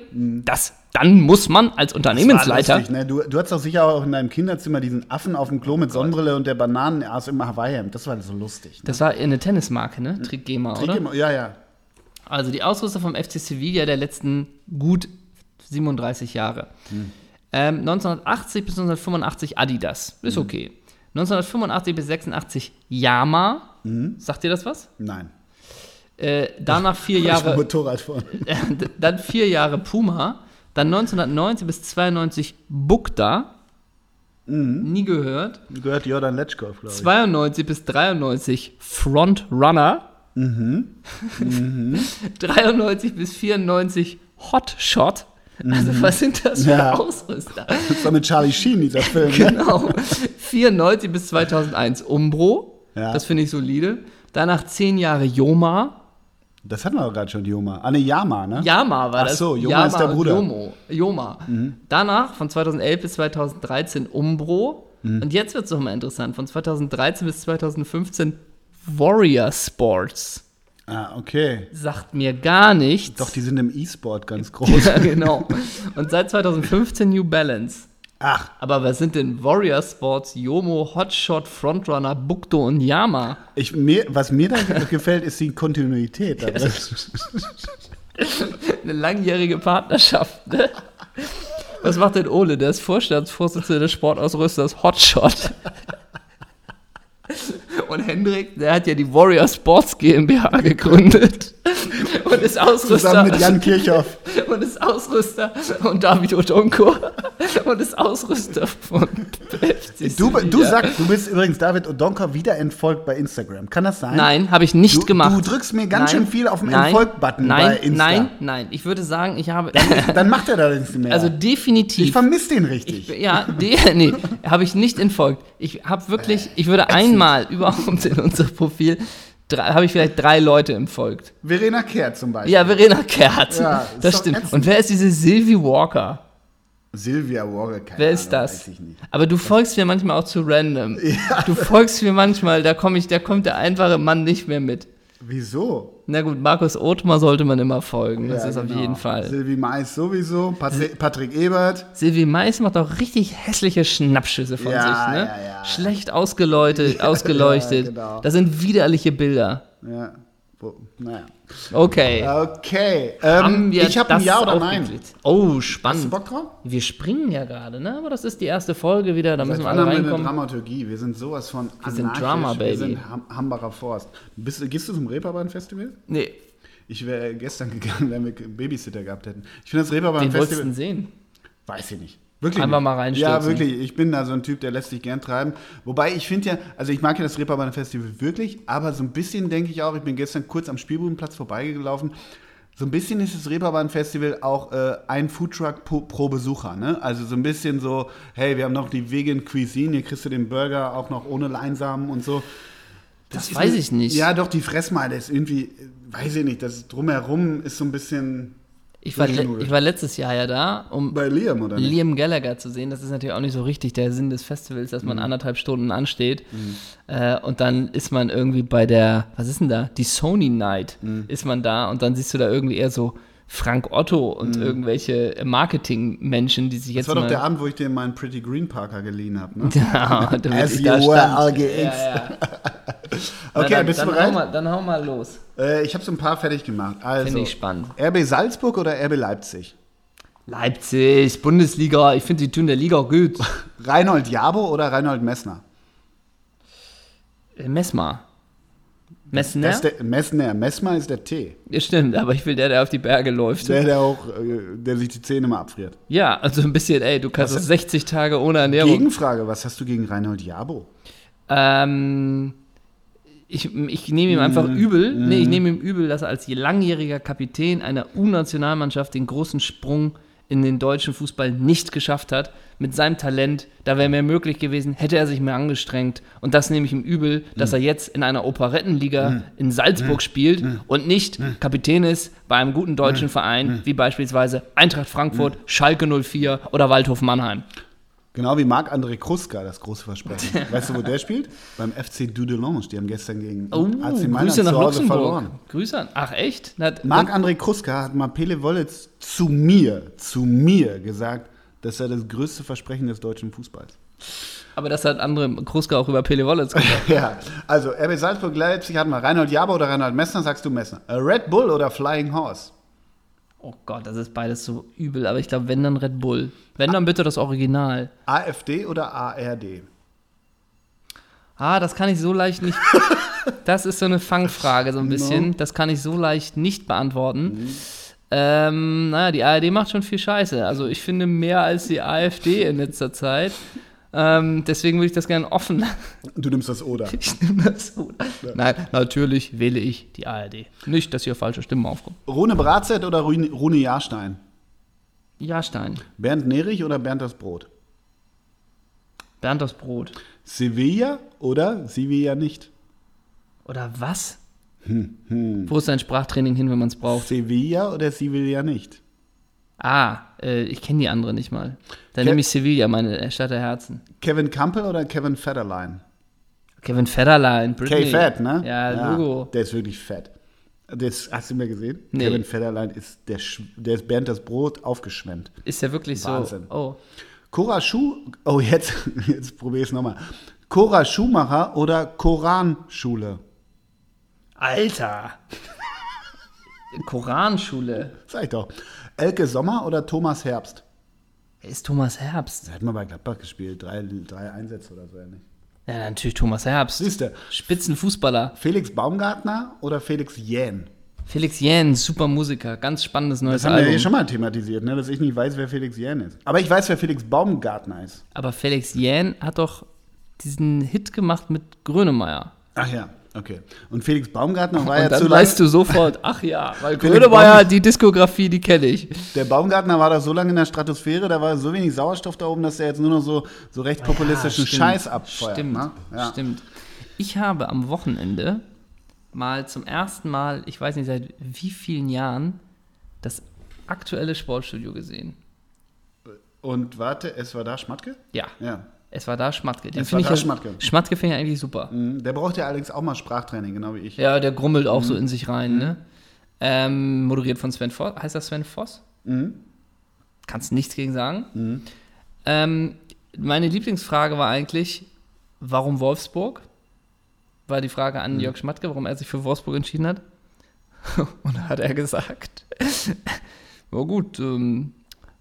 das, dann muss man als Unternehmensleiter.
Lustig, ne? du, du hattest doch sicher auch in deinem Kinderzimmer diesen Affen auf dem Klo mit Sonnenbrille und der Bananenass im Hawaii-Hemd. Das war so lustig. Ne?
Das war eine Tennismarke, ne? Trigema, oder?
Trigema, ja, ja.
Also die Ausrüster vom FC Sevilla der letzten gut 37 Jahre.
Mhm.
Ähm, 1980 bis 1985 Adidas.
Mhm.
Ist okay. 1985 bis 86 Yama.
Mhm.
Sagt dir das was?
Nein.
Äh, danach vier
Ich war
Jahre,
Motorrad vor.
[laughs] dann vier Jahre Puma. Dann 1990 bis 92 Bukta.
Mhm.
Nie gehört.
Gehört Jordan Letschkow, glaube ich.
92 bis 93 Frontrunner.
Mhm.
[laughs] 93 bis 94 Hotshot. Also was sind das für
Mhm. Ja.
Ausrüster?
Das war mit Charlie Sheen,
[laughs]
dieser Film. ne?
genau. 94 bis 2001 Umbro.
Ja.
Das finde ich solide. Danach 10 Jahre Yoma.
Das hatten wir doch gerade schon, Joma. Ah, ne, Yama, ne?
Yama war
Ach
das.
so, Yoma ist der
und
Bruder. Mhm.
Yomo. Yoma. Danach von 2011 bis 2013 Umbro.
Mhm.
Und jetzt wird es nochmal interessant. Von 2013 bis 2015 Warrior Sports.
Ah, okay.
Sagt mir gar nichts.
Doch, die sind im E-Sport ganz groß.
[laughs] Ja, genau. Und seit 2015 New Balance.
Ach,
Aber was sind denn Warrior Sports, Yomo, Hotshot, Frontrunner, Bukto und Yama?
ich, mir, was mir da gefällt, ist die Kontinuität. da ne? drin.
Eine langjährige Partnerschaft, ne? Was macht denn Ole? Der ist Vorstandsvorsitzender des Sportausrüsters Hotshot. Und Hendrik, der hat ja die Warrior Sports GmbH gegründet. Und ist Ausrüster.
Zusammen mit Jan Kirchhoff.
und ist Ausrüster und David Odonko und ist Ausrüster von FC
Du, du
Sevilla.
sagst, du bist übrigens David Odonka wieder entfolgt bei Instagram. Kann das sein?
Nein, habe ich nicht
Du-
gemacht.
du drückst mir ganz schön viel auf den Entfolgt-Button
nein,
bei Insta.
Nein, nein, ich würde sagen, ich habe
Dann macht er da nichts mehr.
[laughs] also
ich
definitiv
vermisse den richtig.
ja, die, [laughs] nee, habe ich nicht entfolgt. Ich habe
Äh,
wirklich, ich würde einmal [laughs] überhaupt in unser Profil drei- habe ich vielleicht drei Leute entfolgt.
Verena Kehr zum Beispiel.
Ja, Verena Kehrt.
Ja, ist
das
doch
stimmt.
ätzend.
Und wer ist diese Sylvie Walker?
Sylvia Warre, keine
Wer ist
Ahnung,
das?
Weiß ich nicht.
Aber du folgst mir manchmal auch zu
[laughs]
random. Du folgst mir manchmal, da komme ich, da kommt der einfache Mann nicht mehr mit.
Wieso?
Na gut, Markus Othmar sollte man immer folgen, das
Ja,
ist auf
genau.
jeden Fall. Hm.
Sylvie Mais sowieso, Patri Patrick Ebert.
Silvi Mais macht auch richtig hässliche Schnappschüsse von
Ja,
sich, ne?
ja, ja. [laughs]
Schlecht ausgeleuchtet, ausgeleuchtet.
ja, genau.
Das sind widerliche Bilder.
Ja. Wo, naja.
Okay.
Okay. Ähm, ich habe ein
das
Ja oder Nein.
aufgeklärt? Oh,
Hast du
spannend.
Bock drauf?
Wir springen ja gerade, ne? Aber das ist die erste Folge wieder, da müssen wir
wann
alle
haben wir eine
reinkommen.
Dramaturgie? Wir sind sowas von anarchisch.
sind Drama, Baby.
Wir sind Ham Hambacher Forst. Bist, du- gehst du zum Reeperbahn-Festival?
Nee,
Ich [laughs] wäre gestern gegangen, wenn wir einen Babysitter gehabt hätten. Ich finde das
den wolltest du
Reeperbahn-Festival...
denn sehen?
Weiß ich nicht. Wirklich
Einfach
nicht.
mal reinstürzen.
Ja, wirklich. Ich bin da so ein Typ, der lässt sich gern treiben. Wobei ich finde ja, also ich mag ja das Reeperbahn Festival wirklich, aber so ein bisschen denke ich auch, ich bin gestern kurz am Spielbudenplatz vorbeigelaufen, so ein bisschen ist das Reeperbahn Festival auch äh, ein Foodtruck pro, pro Besucher. Ne? Also so ein bisschen so, hey, wir haben noch die Vegan Cuisine, hier kriegst du den Burger auch noch ohne Leinsamen und so.
Das
ist
weiß
mir-
ich nicht.
Ja, doch, die Fressmeile ist irgendwie, äh, weiß ich nicht, das drumherum ist so ein bisschen
Ich war, le-
Durchgenudelt.
ich war letztes Jahr ja da, um
bei Liam, oder nicht?
Liam Gallagher zu sehen. Das ist natürlich auch nicht so richtig der Sinn des Festivals, dass
Mhm.
man anderthalb Stunden ansteht äh, und dann ist man irgendwie bei der, was ist denn da? Die Sony Night
Mhm.
ist man da und dann siehst du da irgendwie eher so Frank Otto und irgendwelche Marketingmenschen, die sich
Mhm. Das
jetzt
war doch
mal
der Abend, wo ich dir meinen Pretty Green Parker geliehen habe, ne? [laughs]
[laughs] ja, damit
As
ich
you
da
were,
stand.
RGX.
Ja, ja.
Okay,
Na, dann,
bist du
dann
bereit?
Hau mal, dann hau mal los.
Äh, ich habe so ein paar fertig gemacht. Also,
Finde ich spannend.
RB Salzburg oder RB Leipzig?
Leipzig, Bundesliga, ich finde die tun der Liga
[laughs]
gut.
Reinhold Jabo oder Reinhold Messner?
Äh, Messmer. Messner?
Das ist der, Messner. Messmer ist der T.
Ja, stimmt, aber ich will der, der auf die Berge läuft.
Der, der auch, äh, der sich die Zähne immer abfriert.
Ja, also ein bisschen, ey, du kannst
Was-
das 60 Tage ohne Ernährung.
Gegenfrage, was hast du gegen Reinhold Jabo?
Ähm, ich ich nehme ihm
Mhm.
einfach übel, nee, ich nehme ihm übel, dass er als langjähriger Kapitän einer U-Nationalmannschaft den großen Sprung in den deutschen Fußball nicht geschafft hat. Mit seinem Talent, da wäre mehr möglich gewesen, hätte er sich mehr angestrengt. Und das nehme ich ihm übel, dass
Mhm.
er jetzt in einer Operettenliga in Salzburg spielt
Mhm.
und nicht Kapitän ist bei einem guten deutschen Verein, wie beispielsweise Eintracht
Mhm.
Frankfurt, Schalke 04 oder Waldhof Mannheim.
Genau wie Marc-André Kruska, das große
[laughs]
Versprechen. Weißt du, wo der spielt? Beim FC Dudelange. Die haben gestern gegen
Oh,
AC Mailand
Grüße nach
zu Hause
Luxemburg.
verloren.
Grüße an. Ach, echt? Na, d-
Marc-André Kruska hat mal Pele Wollitz zu mir, zu mir gesagt, dass er das größte Versprechen des deutschen Fußballs.
aber das hat andere Kruska auch über Pele Wollitz gesagt.
[laughs]
[laughs]
Ja, also RB Salzburg, Leipzig hatten wir Reinhold Jaber oder Reinhold Messner, sagst du Messner. Äh, Red Bull oder Flying Horse?
Oh Gott, das ist beides so übel. Aber ich glaube, wenn, dann Red Bull. Wenn, dann bitte das Original.
AfD oder ARD?
Ah, das kann ich so leicht nicht. das ist so eine Fangfrage, so ein bisschen. Das kann ich so leicht nicht beantworten. Ähm, naja, die ARD macht schon viel Scheiße. Also, ich finde mehr als die AfD in letzter Zeit. Ähm, deswegen würde ich das gerne offen lassen.
Du nimmst das oder.
Ich nehme das so. Nein, natürlich wähle ich die ARD. Nicht, dass hier falsche Stimmen aufkommen.
Rune Bratzett oder Rune, Rune Jahrstein?
Jahrstein,
Bernd Nerich oder Bernd das Brot?
Bernd das Brot.
Sevilla oder Sevilla nicht?
Oder was?
Hm,
Wo ist dein Sprachtraining hin, wenn man es braucht?
Sevilla oder Sevilla nicht?
Ah, äh, ich kenne die andere nicht mal. Dann
Ke-
nehme ich Sevilla, meine Stadt der Herzen.
Kevin Campbell oder Kevin Federline?
Kevin Federline, Britney.
K-Fat, ne?
Ja, Logo.
Der ist wirklich fett. Das hast du mir gesehen?
Nee.
Kevin Federline ist der, Sch- der ist Bernd das Brot aufgeschwemmt.
Ist ja wirklich so.
Wahnsinn.
Oh,
Cora Schuh, oh jetzt, [laughs] jetzt probier ich's nochmal. Cora Schumacher oder Koranschule?
Alter. [laughs] Koranschule.
Sag ich doch. Elke Sommer oder Thomas Herbst?
Wer ist Thomas Herbst?
Der hat mal bei Gladbach gespielt, drei, drei Einsätze oder so ähnlich.
Ja, natürlich Thomas Herbst.
Siehste,
Spitzenfußballer.
Felix Baumgartner oder Felix Jähn?
Felix Jähn, super Musiker, ganz spannendes neues
Das haben wir
Album.
ja schon mal thematisiert, ne? dass ich nicht weiß, wer Felix Jähn ist. Aber ich weiß, wer Felix Baumgartner ist.
Aber Felix Jähn hat doch diesen Hit gemacht mit Grönemeyer.
Ach ja, okay. Und Felix Baumgartner war Ah, ja
Und
zu
dann
lang,
weißt du sofort, ach ja, weil
Felix
Grönemeyer,
Baum-
die Diskografie, die kenne ich.
der Baumgartner war da so lange in der Stratosphäre, da war so wenig Sauerstoff da oben, dass er jetzt nur noch so, so rechtspopulistischen
Ja, stimmt,
Scheiß abfeuert.
Stimmt,
ne? Ja.
stimmt. Ich habe am Wochenende mal zum ersten Mal, ich weiß nicht seit wie vielen Jahren, das aktuelle Sportstudio gesehen.
Und warte, es war da Schmatke?
Ja,
Ja.
es war da Schmatke. Den
Es
find
war da
ja-
Schmatke.
Schmatke finde ich eigentlich super.
Mhm, Der braucht ja allerdings auch mal Sprachtraining, genau wie ich.
Ja, der grummelt auch so in sich rein, ne? Ähm, moderiert von Sven Voss. Heißt das Sven Voss? Kannst nichts gegen sagen. Ähm, meine Lieblingsfrage war eigentlich, warum Wolfsburg? War die Frage
Hm.
an Jörg Schmatke, warum er sich für Wolfsburg entschieden hat. [laughs] Und da hat er gesagt, [laughs] na gut, ähm,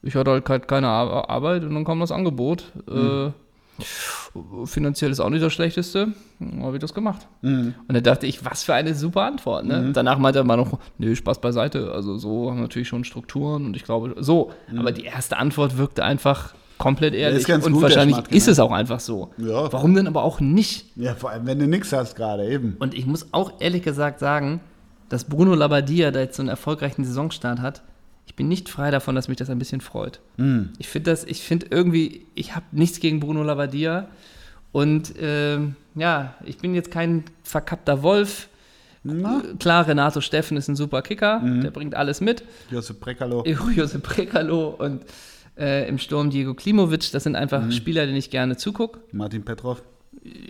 ich hatte halt ke- keine Ar- Arbeit und dann kam das Angebot.
Hm.
Äh, finanziell ist auch nicht das Schlechteste, habe ich das gemacht.
Hm.
Und da dachte ich, was für eine super Antwort. Ne? Danach meinte er mal noch, nö, Spaß beiseite. Also so haben wir natürlich schon Strukturen und ich glaube, so. Aber die erste Antwort wirkte einfach komplett ehrlich.
Hm. ist ganz
und
gut, der
wahrscheinlich
Schmatt,
ist es auch einfach so.
Ja.
Warum denn aber auch nicht?
Ja, vor allem, wenn du nichts hast gerade eben.
Und ich muss auch ehrlich gesagt sagen, dass Bruno Labbadia da jetzt so einen erfolgreichen Saisonstart hat, ich bin nicht frei davon, dass mich das ein bisschen freut. Ich finde das, ich finde irgendwie, ich habe nichts gegen Bruno Labbadia und ähm, ja, ich bin jetzt kein verkappter Wolf.
Na?
Klar, Renato Steffen ist ein super Kicker, der bringt alles mit.
Josep Brekalo.
Josep Brekalo und äh, im Sturm Diego Klimovic, das sind einfach Spieler, denen ich gerne zugucke.
Martin Petrov.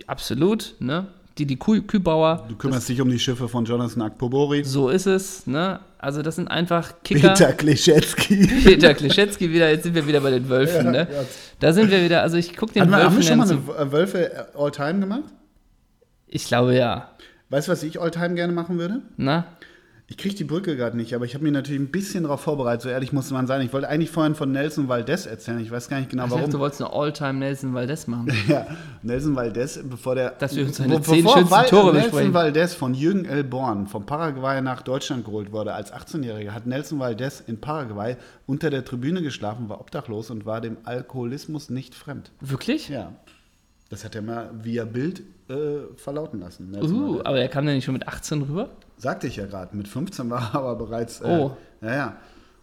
Absolut, ne? Didi Kü Kübauer.
Du kümmerst dich um die Schiffe von Jonathan Akpobori.
So ist es, ne? Also das sind einfach Kicker.
Peter Kleschetski.
Peter Klischetski wieder, jetzt sind wir wieder bei den Wölfen, ne? Da sind wir wieder, also ich gucke den
Haben wir, haben wir
Wölfen
schon mal
zu.
eine W- Wölfe äh, All-Time gemacht?
Ich glaube ja. ne?
Weißt du, was ich All-Time gerne machen würde?
Na?
Ich kriege die Brücke gerade nicht, aber ich habe mir natürlich ein bisschen darauf vorbereitet. So ehrlich muss man sein. Ich wollte eigentlich vorhin von Nelson Valdez erzählen. Ich weiß gar nicht genau,
Ich dachte,
[laughs]
du
warum.
wolltest eine All-Time Nelson
[laughs]
Valdez machen.
Ja, Nelson Valdez, bevor der.
Dass wir uns seine
bevor
zehn schönsten
Val-
Tore
Nelson
besprechen.
Valdez von Jürgen L. Born vom Paraguay nach Deutschland geholt wurde als 18-Jähriger, hat Nelson Valdez in Paraguay unter der Tribüne geschlafen, war obdachlos und war dem Alkoholismus nicht fremd.
Wirklich?
Ja. Das hat er mal via Bild äh, verlauten lassen. Nelson
Uh,
Valdez.
aber der kam ja nicht schon mit 18 rüber?
Sagte ich ja gerade. Mit 15 war er aber bereits. Äh,
Oh.
Ja, ja.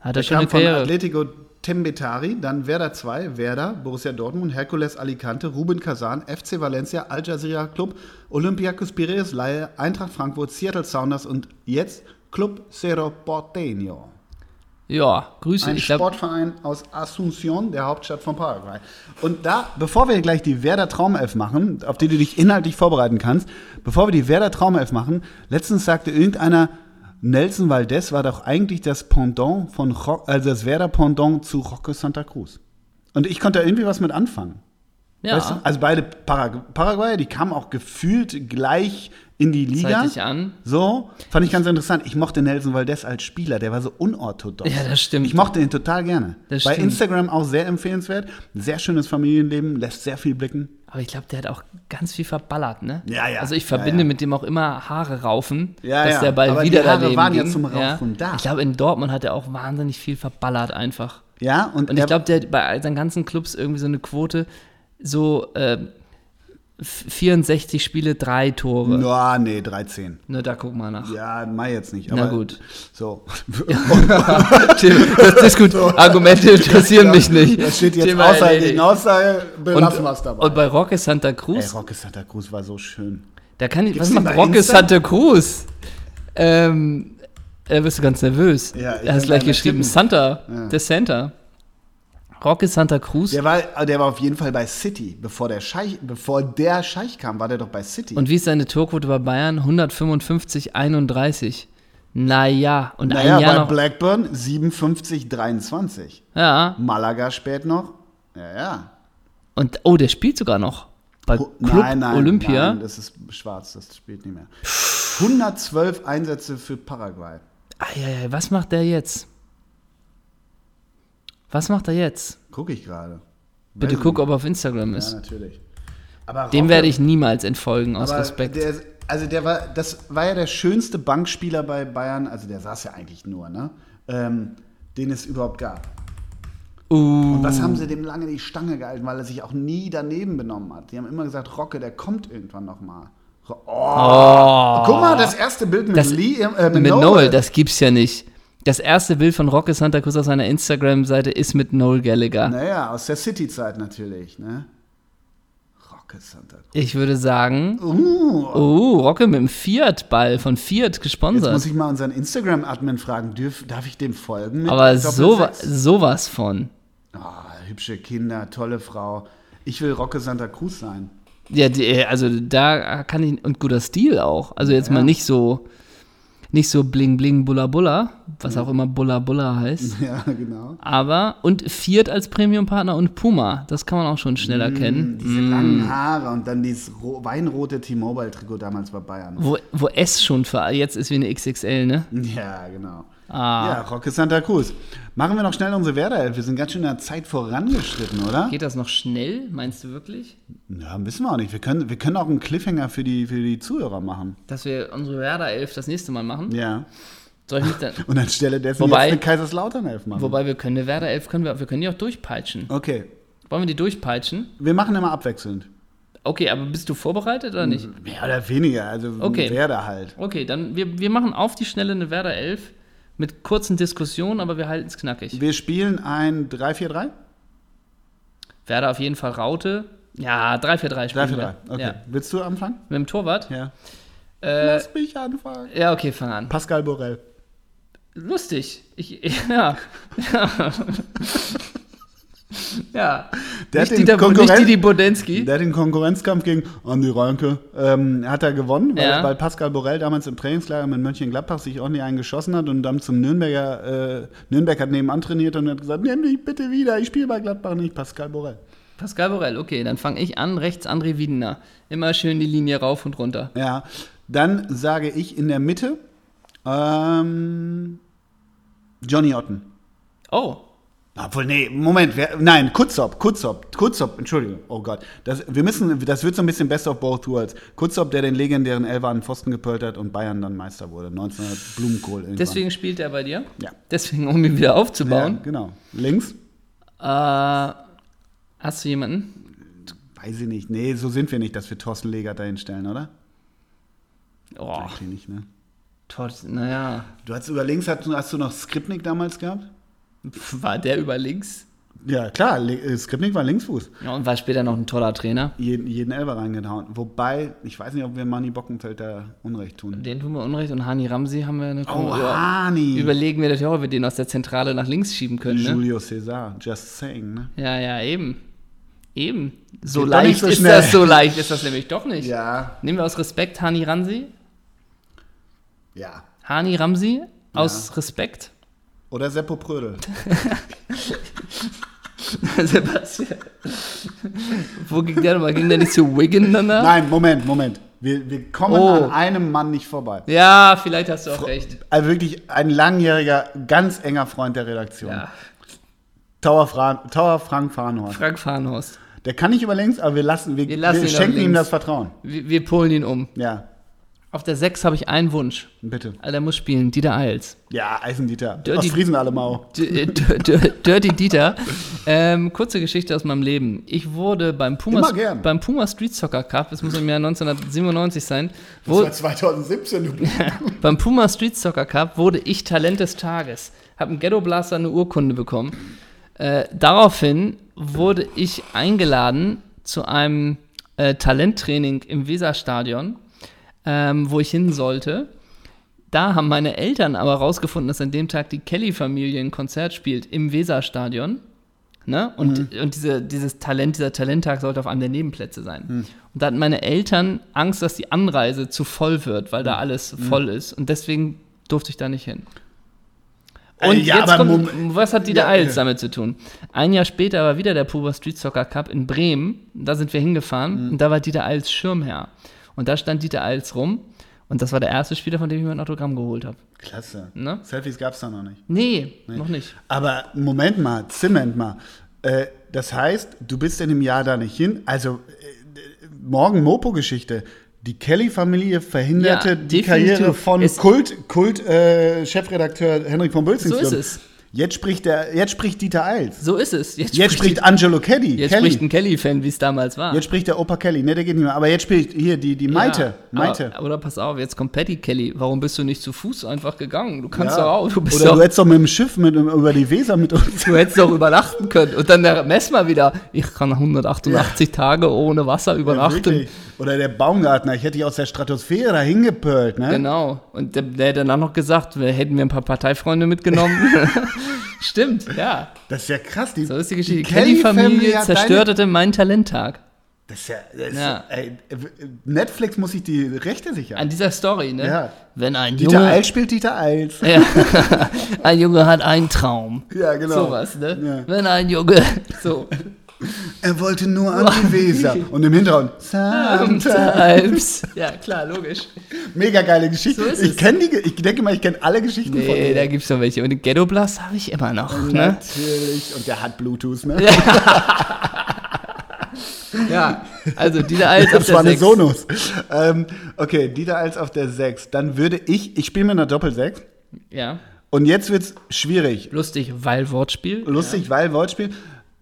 Hat
Der
er schon
kam
eine
von
Karriere?
Atletico Tembetari, dann Werder 2, Werder, Borussia Dortmund, Hercules Alicante, Ruben Kazan, FC Valencia, Al Jazeera Club, Olympiakos Piraeus Laie, Eintracht Frankfurt, Seattle Sounders und jetzt Club Cerro Porteño.
Ja, Grüße.
Ein
Ich glaube,
Sportverein aus Asunción, der Hauptstadt von Paraguay. Und da, bevor wir gleich die Werder Traumelf machen, auf die du dich inhaltlich vorbereiten kannst, bevor wir die Werder Traumelf machen, letztens sagte irgendeiner, Nelson Valdez war doch eigentlich das Pendant von, Ro- also das Werder Pendant zu Rocco Santa Cruz. Und ich konnte da irgendwie was mit anfangen.
ja,
Weißt du? Also beide Parag Paraguayer, die kamen auch gefühlt gleich in die Liga.
zeig dich an.
So, fand ich ganz interessant. Ich mochte Nelson Valdez als Spieler, der war so unorthodox.
Ja, das stimmt.
Ich mochte ihn total gerne.
Das
Bei
stimmt.
Instagram auch sehr empfehlenswert. Sehr schönes Familienleben, lässt sehr viel blicken.
Aber ich glaube, der hat auch ganz viel verballert, ne?
Ja, ja.
Also ich
Ja,
verbinde
ja.
mit dem auch immer Haare raufen,
Ja,
dass
ja.
der Ball
Aber die
wieder
Haare
daneben
waren ja
ging.
zum Raufen da.
Ich glaube, in Dortmund hat er auch wahnsinnig viel verballert einfach.
Ja, und,
Und
er-
ich glaube, der hat bei seinen ganzen Clubs irgendwie so eine Quote, so ähm, f- 64 Spiele, drei Tore.
Ja, nee, 13.
Ne, da guck mal nach.
Ja, mach jetzt nicht.
Na
Aber
gut.
So.
[laughs] Tim, das
[laughs]
ist gut. Argumente interessieren mich nicht.
Das steht jetzt
Thema
Aussage
erledigt.
gegen Aussage. Belassen wir es
und, und
dabei.
bei Roque Santa
Ey,
Cruz,
Rocky Santa Cruz war so schön.
Da kann ich.
Gibt's
Was
den
macht
bei
Roque
Insta?
Santa Cruz? Ähm, da bist du ganz nervös.
Ja, ich
da
bin
hast gleich
bei mir
geschrieben,
tippen.
Santa, der Santa. Roque Santa Cruz.
Der war, der war auf jeden Fall bei City. Bevor der Scheich, bevor der Scheich kam, war der doch bei City.
Und wie ist seine Torquote bei Bayern? 155, 31. Naja, und
naja,
ein Jahr
bei
noch.
Blackburn 57, 23.
Ja,
Malaga spät noch. Ja, ja.
und oh, der spielt sogar noch. Bei
Hu-
Club Olympia.
Nein, das ist schwarz, das spielt nicht mehr. 112 Einsätze für Paraguay.
Eieiei, was macht der jetzt? Was macht er jetzt?
Gucke ich gerade.
Bitte
Weiß
guck,
ich
ob er auf Instagram
nicht.
ist.
Ja, natürlich. Aber
Dem
Rocco-
werde ich niemals entfolgen, aus
aber
Respekt.
Der, also der war, das war ja der schönste Bankspieler bei Bayern, also der saß ja eigentlich nur, ne? Ähm, den es überhaupt gab.
Uh.
Und was haben sie dem lange die Stange gehalten, weil er sich auch nie daneben benommen hat. Die haben immer gesagt, Rocke, der kommt irgendwann nochmal. Oh, Guck mal, das erste Bild mit,
Oh. Das-
Lee, äh,
mit Noel, das gibt's ja nicht. Das erste Bild von Rocky Santa Cruz auf seiner Instagram-Seite ist mit Noel Gallagher.
Naja, aus der City-Zeit natürlich, ne? Rocke Santa Cruz.
Ich würde sagen,
Uh,
oh, Rocke mit dem Fiat-Ball von Fiat
jetzt muss
gesponsert.
ich mal unseren Instagram-Admin fragen, dürf, darf ich dem folgen? mit
Aber
Doppel-Sechs?
sowa sowas von.
Ah, hübsche Kinder, tolle Frau. Ich will Rocke Santa Cruz sein. [laughs]
Ja, die, also da kann ich, und guter Stil auch. Also jetzt mal nicht so, nicht so bling bling bulla bulla, was auch immer bulla bulla heißt.
Ja, genau.
Aber, und Fiat als Premium-Partner und Puma, das kann man auch schon
Mm,
Mm. schneller kennen.
Diese langen Haare und dann dieses ro weinrote T-Mobile-Trikot damals bei Bayern.
Wo, wo S schon für, jetzt ist wie eine XXL, ne?
[laughs] Ja, genau.
Ah.
Ja, Rocke Santa Cruz. Machen wir noch schnell unsere Werder-Elf. Wir sind ganz schön in der Zeit vorangeschritten, oder?
Geht das noch schnell, meinst du wirklich?
Ja, wissen wir auch nicht. Wir können, wir können auch einen Cliffhanger für die, für die Zuhörer machen.
Dass wir unsere Werder 11 das nächste Mal machen?
Ja.
Soll ich nicht dann,
Und anstelle dessen
Wobei-
jetzt eine Kaiserslautern-Elf machen.
wobei wir können eine Werder 11 können wir, wir können die auch durchpeitschen.
okay.
Wollen wir die durchpeitschen?
Wir machen immer abwechselnd.
Okay, aber bist du vorbereitet oder nicht?
Mehr oder weniger, also
Okay.
Werder halt.
Okay, dann wir, wir machen auf die Schnelle eine Werder 11 mit kurzen Diskussionen, aber wir halten es knackig.
Wir spielen ein 3-4-3?
Werder auf jeden Fall Raute. Ja, 3-4-3 spielen
3-4-3,
wir.
okay.
Ja.
Willst du anfangen?
Mit dem Torwart?
Ja.
Ja, äh,
Lass mich anfangen.
ja okay, fang an.
Pascal Borel.
Lustig. Ich, [laughs] ja. Ja. ja.
Der hat
nicht,
den
Dieter, nicht
Konkurrenten-
Didi Bodensky.
Der hat den Konkurrenzkampf gegen Andi Reinke, ähm, hat er gewonnen, weil,
Ja.
weil Pascal Borel damals im Trainingslager mit Mönchengladbach sich ordentlich einen geschossen hat und dann zum Nürnberger, äh, Nürnberg hat nebenan trainiert und hat gesagt, nimm mich bitte wieder, ich spiele bei Gladbach nicht, Pascal Borel.
Pascal Borel, okay, dann fange ich an. Rechts André Wiedener. Immer schön die Linie rauf und runter.
Ja, dann sage ich in der Mitte, ähm, Johnny Otten.
Oh,
Obwohl, nee, Moment, wer, nein, Kutzop, Kutzop, Kutzop, Entschuldigung, oh Gott. Das, wir müssen, das wird so ein bisschen best of both worlds. Kutzop, der den legendären Elfer an den Pfosten gepölt hat und Bayern dann Meister wurde, 1900 Blumenkohl irgendwann.
deswegen spielt er bei dir?
Ja.
Deswegen, um ihn wieder
ja,
aufzubauen.
genau. Links?
Äh, hast du jemanden?
Weiß ich nicht. Nee, so sind wir nicht, dass wir Thorsten Legert dahin stellen, oder?
Oh,
Eigentlich nicht, ne?
Todd, naja.
Du hast über links, hast, du- hast du noch Skripnik damals gehabt?
Pf, War der über links?
Ja, klar, Le äh, Skripnik war Linksfuß.
Ja, und war später noch ein toller Trainer.
Jeden, jeden Elfer reingehauen. Wobei, ich weiß nicht, ob wir Manni Bockenfeld da Unrecht tun.
Den tun wir Unrecht und Hani Ramsey haben wir eine
Oh,
ja.
Hani!
Überlegen wir natürlich auch, ob wir den aus der Zentrale nach links schieben können. Ne?
Julio Cesar, just saying, ne?
Ja, ja, eben. Eben. So
Geht doch
leicht
nicht so
ist
schnell.
das, so leicht ist das nämlich doch nicht.
Ja,
Nehmen wir aus Respekt Hani Ramsey.
ja.
Hani Ramsey aus Respekt. [laughs]
Oder Seppo Prödel.
Sebastian. Wo ging der nochmal? Ging der nicht zu Wigan danach?
Nein, Moment, Moment. Wir, wir kommen
Oh.
an einem Mann nicht vorbei.
Ja, vielleicht hast du auch recht.
Also wirklich ein langjähriger, ganz enger Freund der Redaktion.
Ja.
Tower, Fra Tower Frank Farnhorst.
Frank Farnhorst.
Der kann nicht über links, aber wir, lassen, wir,
Wir lassen
wir
ihn
schenken
auf
ihm
links.
das Vertrauen.
Wir, wir polen ihn um.
Ja,
Auf der 6 habe ich einen Wunsch.
bitte.
Alter, muss spielen. Dieter Eils.
Ja, Eisendieter.
Dirty-
Aus Friesen Alemau.
D äh, D- D- Dirty Dieter. Ähm, kurze Geschichte aus meinem Leben. Ich wurde beim Puma,
Immer gern.
beim Puma Street Soccer Cup, es muss im Jahr 1997 sein, wo,
2017, du
beim Puma Street Soccer Cup wurde ich Talent des Tages. Hab einen Ghetto Blaster eine Urkunde bekommen. Äh, daraufhin wurde ich eingeladen zu einem äh, Talenttraining im Weserstadion, ähm, wo ich hin sollte. Da haben meine Eltern aber rausgefunden, dass an dem Tag die Kelly-Familie ein Konzert spielt im Weserstadion. Ne? Und,
Mhm.
und diese, dieses Talent, dieser Talenttag sollte auf einem der Nebenplätze sein.
Mhm.
Und da hatten meine Eltern Angst, dass die Anreise zu voll wird, weil
Mhm.
da alles voll ist. Und deswegen durfte ich da nicht hin.
Äh,
Und
ja,
jetzt
aber
kommt,
Moment.
was hat die der
Ja,
Eils
äh.
damit zu tun? Ein Jahr später war wieder der Puber Street Soccer Cup in Bremen. Da sind wir
Mhm.
hingefahren und da war Dieter Eils Schirmherr. Und da stand Dieter Eils rum und das war der erste Spieler, von dem ich mir ein Autogramm geholt habe.
Klasse.
Ne?
Selfies gab's da noch nicht.
Nee, noch nicht.
Aber Moment mal, Zement mal. Äh, das heißt, du bist in dem Jahr da nicht hin. Also äh, d- morgen Mopo-Geschichte. Die Kelly-Familie verhinderte
Ja,
die
definitiv.
Karriere von
Es-
Kult, Kult äh, Chefredakteur Henrik von Bölzing.
So ist es.
Jetzt spricht der, jetzt spricht Dieter Eils.
So ist es.
Jetzt spricht Angelo Kelly.
jetzt
Kelly.
spricht ein Kelly-Fan, wie es damals war.
jetzt spricht der Opa Kelly. Ne, der geht nicht mehr. Aber jetzt spricht hier die, die Maite.
Ja,
Maite.
Aber, oder pass auf, jetzt kommt Patty Kelly. Warum bist du nicht zu Fuß einfach gegangen? Du kannst
Ja.
doch auch, du bist
Oder
doch,
du hättest doch mit dem Schiff mit, über die Weser mit uns.
du hättest doch übernachten können. Und dann der Messmer wieder, ich kann 188 Tage ohne Wasser übernachten.
Wirklich. Oder der Baumgartner. Ich hätte dich aus der Stratosphäre da hingepölt. Ne?
Genau. Und der, der hätte danach noch gesagt, wir hätten wir ein paar Parteifreunde mitgenommen.
[laughs]
Stimmt, ja.
Das ist ja krass. Die,
So ist die Geschichte. Die Kelly-Familie
hat
zerstörte meinen Talenttag.
Deine, das ist ja. Das ist,
Ja.
Ey, Netflix muss sich die Rechte sichern.
An dieser Story, ne?
Ja.
Wenn ein
Dieter
Junge.
Eils spielt Dieter Eils.
Ja. [laughs] ein Junge hat einen Traum.
Ja, genau.
Sowas, ne?
Ja.
Wenn ein Junge. So.
Er wollte nur an die Weser.
[laughs]
Und im Hintergrund. Santa.
Sometimes. [laughs] Ja, klar, logisch.
Mega geile Geschichte.
So ist es.
ich kenne die, Ge- ich denke mal, ich kenne alle Geschichten von dir.
Nee, da gibt's noch welche. Und den Ghetto Blast habe ich immer noch, ne?
Natürlich. Und der hat Bluetooth, [laughs] ne?
Ja. Also, diese alte auf
Das
der
war eine
Sechs.
Sonos. Ähm, okay, Dieter Eils auf der 6. Dann würde ich, ich spiele mit einer Doppel-6.
Ja.
Und jetzt wird's schwierig.
Lustig, weil Wortspiel.
Lustig, weil Wortspiel.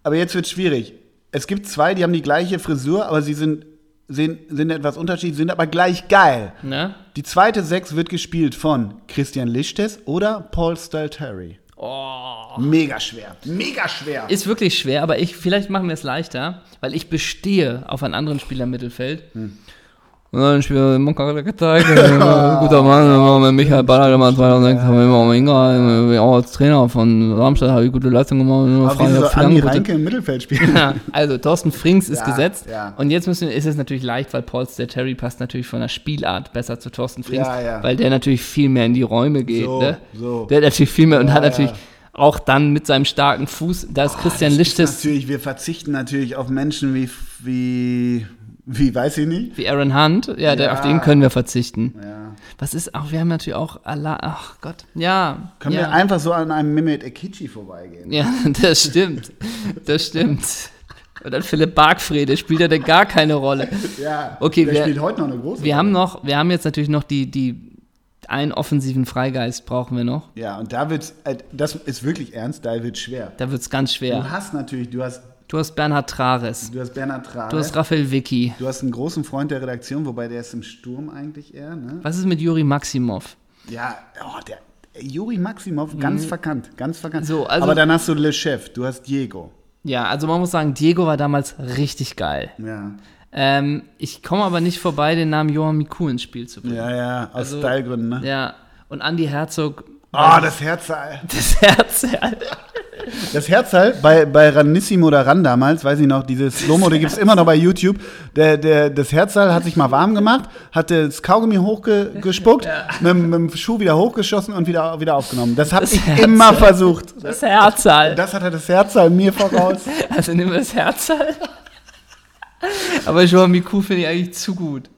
Aber jetzt wird's schwierig. es gibt zwei, die haben die gleiche Frisur, aber sie sind, sehen, sind etwas unterschiedlich, sind aber gleich geil.
Ne?
Die zweite Sechs wird gespielt von Christian Lichtes oder Paul Stalteri.
Oh.
Mega schwer. Mega schwer.
Ist wirklich schwer, aber ich, vielleicht machen wir es leichter, weil ich bestehe auf einen anderen Spieler im Mittelfeld. Und dann spielt Monka [laughs] gezeigt, guter Mann, dann machen wir mit Michael Ballack immer 2006, haben wir immer mal hingehalten, wir auch als Trainer von Darmstadt habe ich gute Leistung gemacht. Immer
aber wieso soll
Flanken,
Andi
gute-
Reinke im Mittelfeld spielen?
[laughs] Ja, also Thorsten Frings ist
Ja,
gesetzt.
ja.
Und jetzt müssen, ist es natürlich leicht, weil Paul Terry passt natürlich von der Spielart besser zu Thorsten Frings,
Ja, ja.
weil der natürlich viel mehr in die Räume geht.
So,
ne?
so.
Der hat natürlich viel mehr und hat
ja.
natürlich auch dann mit seinem starken Fuß, da ist Christian Lichtes
Natürlich, wir verzichten natürlich auf Menschen wie, wie, wie weiß ich nicht.
wie Aaron Hunt, ja, Der, auf
Ja.
den können wir verzichten.
Ja.
Was ist auch, wir haben natürlich auch Allah, ach Gott, ja.
Können
ja.
wir einfach so an einem Mehmet Ekici vorbeigehen?
Ja, [laughs] das stimmt. Das stimmt. Und dann Philipp Bargfrede spielt ja denn gar keine Rolle.
Ja,
Okay,
der
wir-
spielt heute noch eine große
Wir
Rolle.
haben noch, wir haben jetzt natürlich noch die, die einen offensiven Freigeist brauchen wir noch.
Ja, und da wird's, äh, das ist wirklich ernst, da wird's schwer.
Da wird es ganz
Du
schwer.
hast natürlich, du hast,
Du hast Bernhard Trares,
du hast Bernhard Trane,
du hast Raphael Vicky.
du hast einen großen Freund der Redaktion, wobei der ist im Sturm eigentlich eher, ne?
Was ist mit Juri Maximov?
Ja, oh, der Juri Maximov, ganz verkannt, ganz verkannt.
Mhm. So, also-
Aber dann hast du Le Chef, du hast Diego.
Ja, also man muss sagen, Diego war damals richtig geil.
Ja,
Ähm, ich komme aber nicht vorbei, den Namen Johann Miku ins Spiel zu bringen.
ja, ja, aus
Also-
Stylegründen, ne?
Ja, und Andy Herzog,
Ah, das Herzal.
das Herz.
Das Herzal bei, bei Ranissimo oder Ran damals, weiß ich noch, dieses Slomo, den gibt's immer noch bei YouTube. Der, der, das Herzal hat sich mal warm gemacht, hat das Kaugummi hochgespuckt, mit, dem- mit dem Schuh wieder hochgeschossen und wieder, wieder aufgenommen. Das habe
Das halt.
ich
Herzal.
immer versucht.
Das Herzal.
Das hatte das Herzal mir voraus.
Also nehmen wir das Herzal. [laughs] Aber Johann Miku finde ich eigentlich zu gut.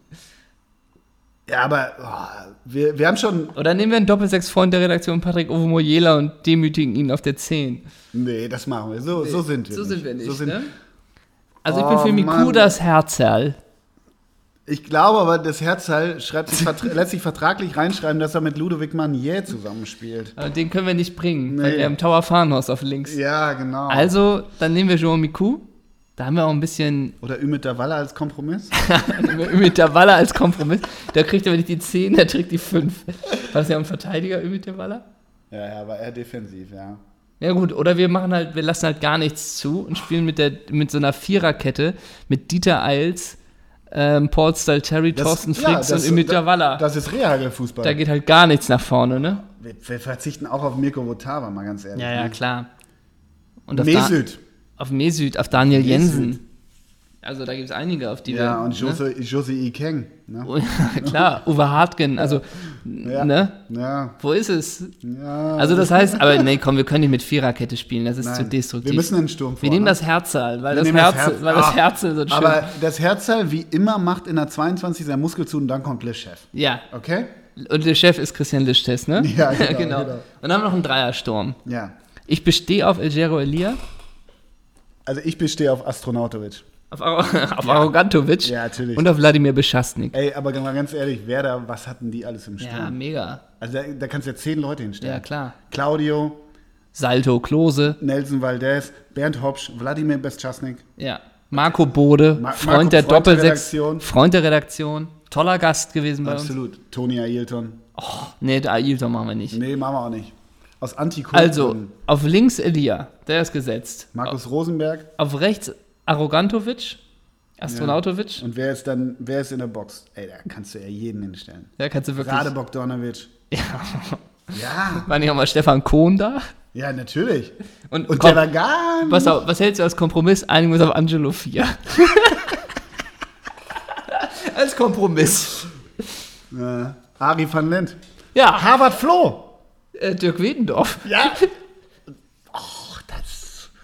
Ja, aber oh, wir, wir haben schon.
Oder nehmen wir einen Doppelsechs-Freund der Redaktion, Patrick Ovomoyela, und demütigen ihn auf der 10.
Nee, das machen wir. So, so sind wir.
So sind wir nicht,
So sind-
ne? Also ich bin
Oh,
für Miku
Mann.
das Herzerl.
Ich glaube aber, das Herzal schreibt sich vertra [laughs] lässt sich vertraglich reinschreiben, dass er mit Ludovic Manier zusammenspielt.
Aber den können wir nicht bringen,
Nee.
weil wir haben Tower Farnhaus auf links.
Ja, genau.
Also, dann nehmen wir João Miku. Da haben wir auch ein bisschen [laughs]
Oder Ümit Davala als Kompromiss.
Ümit Davala als Kompromiss. Der kriegt aber nicht die 10, der kriegt die 5. War das ja ein Verteidiger, Ümit Davala?
Ja, ja, war eher defensiv, ja.
Ja gut, oder wir machen halt, wir lassen halt gar nichts zu und spielen mit der mit so einer Viererkette mit Dieter Eils, ähm, Paul Stalteri,
Das-
Thorsten
ja,
Fricks
das-
und Ümit
da-
Davala.
Das ist Rehagelfußball.
Da geht halt gar nichts nach vorne, ne?
wir, wir verzichten auch auf Mirko Votava, mal ganz ehrlich. ne?
Ja, ja, klar. Und auf, da
Mhm. Mesut.
auf Mesut, auf Daniel
Mesut.
Jensen. Also da gibt es einige, auf die wir.
Ja, und Jose, Jose Ikeng. Ne?
[laughs] Ne? klar, Uwe Hartgen, also,
Ja.
ne?
Ja,
Wo ist es?
ja.
Also das heißt, aber nee, komm, wir können nicht mit Viererkette spielen, das ist
Nein.
zu destruktiv.
Wir müssen einen Sturm
Wir
vor,
nehmen
ne?
das Herzal, weil
Wir
das
nehmen
Herz,
Herz-
weil das
Ah.
Herz so schön.
Aber das Herzteil, wie immer, macht in der 22 sein Muskel zu und dann kommt Le Chef.
ja,
Okay?
und der Chef ist Christian Lischtes, ne? [laughs]
Ja, genau,
Und
genau.
dann haben wir noch einen Dreiersturm.
Ja.
Ich bestehe auf Elgero Elia,
Also ich bestehe auf Astronautovic.
auf, Arro [laughs] auf Arrogantovic
Ja, natürlich.
und auf Wladimir Beschastnik.
Ey, aber mal ganz ehrlich, wer da, was hatten die alles im
Ja,
Sturm?
mega.
Also da, da kannst du ja zehn Leute
Ja,
hinstellen.
klar.
Claudio,
Salto Klose,
Nelson Valdez, Bernd Hopsch, Wladimir Bestchasnik.
ja. Marco Bode,
Mar- Marco,
Freund der
Freund der
Doppelsechs,
Redaktion.
Freund der Redaktion, toller Gast gewesen bei
Absolut. Toni Ailton.
uns. Nee, da Ailton machen wir nicht.
Nee, machen wir auch nicht. Aus Antikultur.
Also, auf links Elia, der ist gesetzt.
Markus Rosenberg.
Auf rechts Arrogantovic, Astronautovic.
Und wer ist dann, wer ist in der Box? Ey, da kannst du ja jeden hinstellen.
Da kannst du wirklich.
Gerade Bogdanovic.
Ja.
Ja,
War nicht auch mal Stefan Kohn da?
ja, natürlich.
Und,
Und der
komm,
war ganz.
was, au- was hältst du als Kompromiss? Einigen wir uns auf
[laughs]
Angelo 4. als Kompromiss.
Äh, Ari van Lent.
Ja,
Harvard Flo.
äh, Dirk Wedendorf.
Ja. Och, das.
Oh.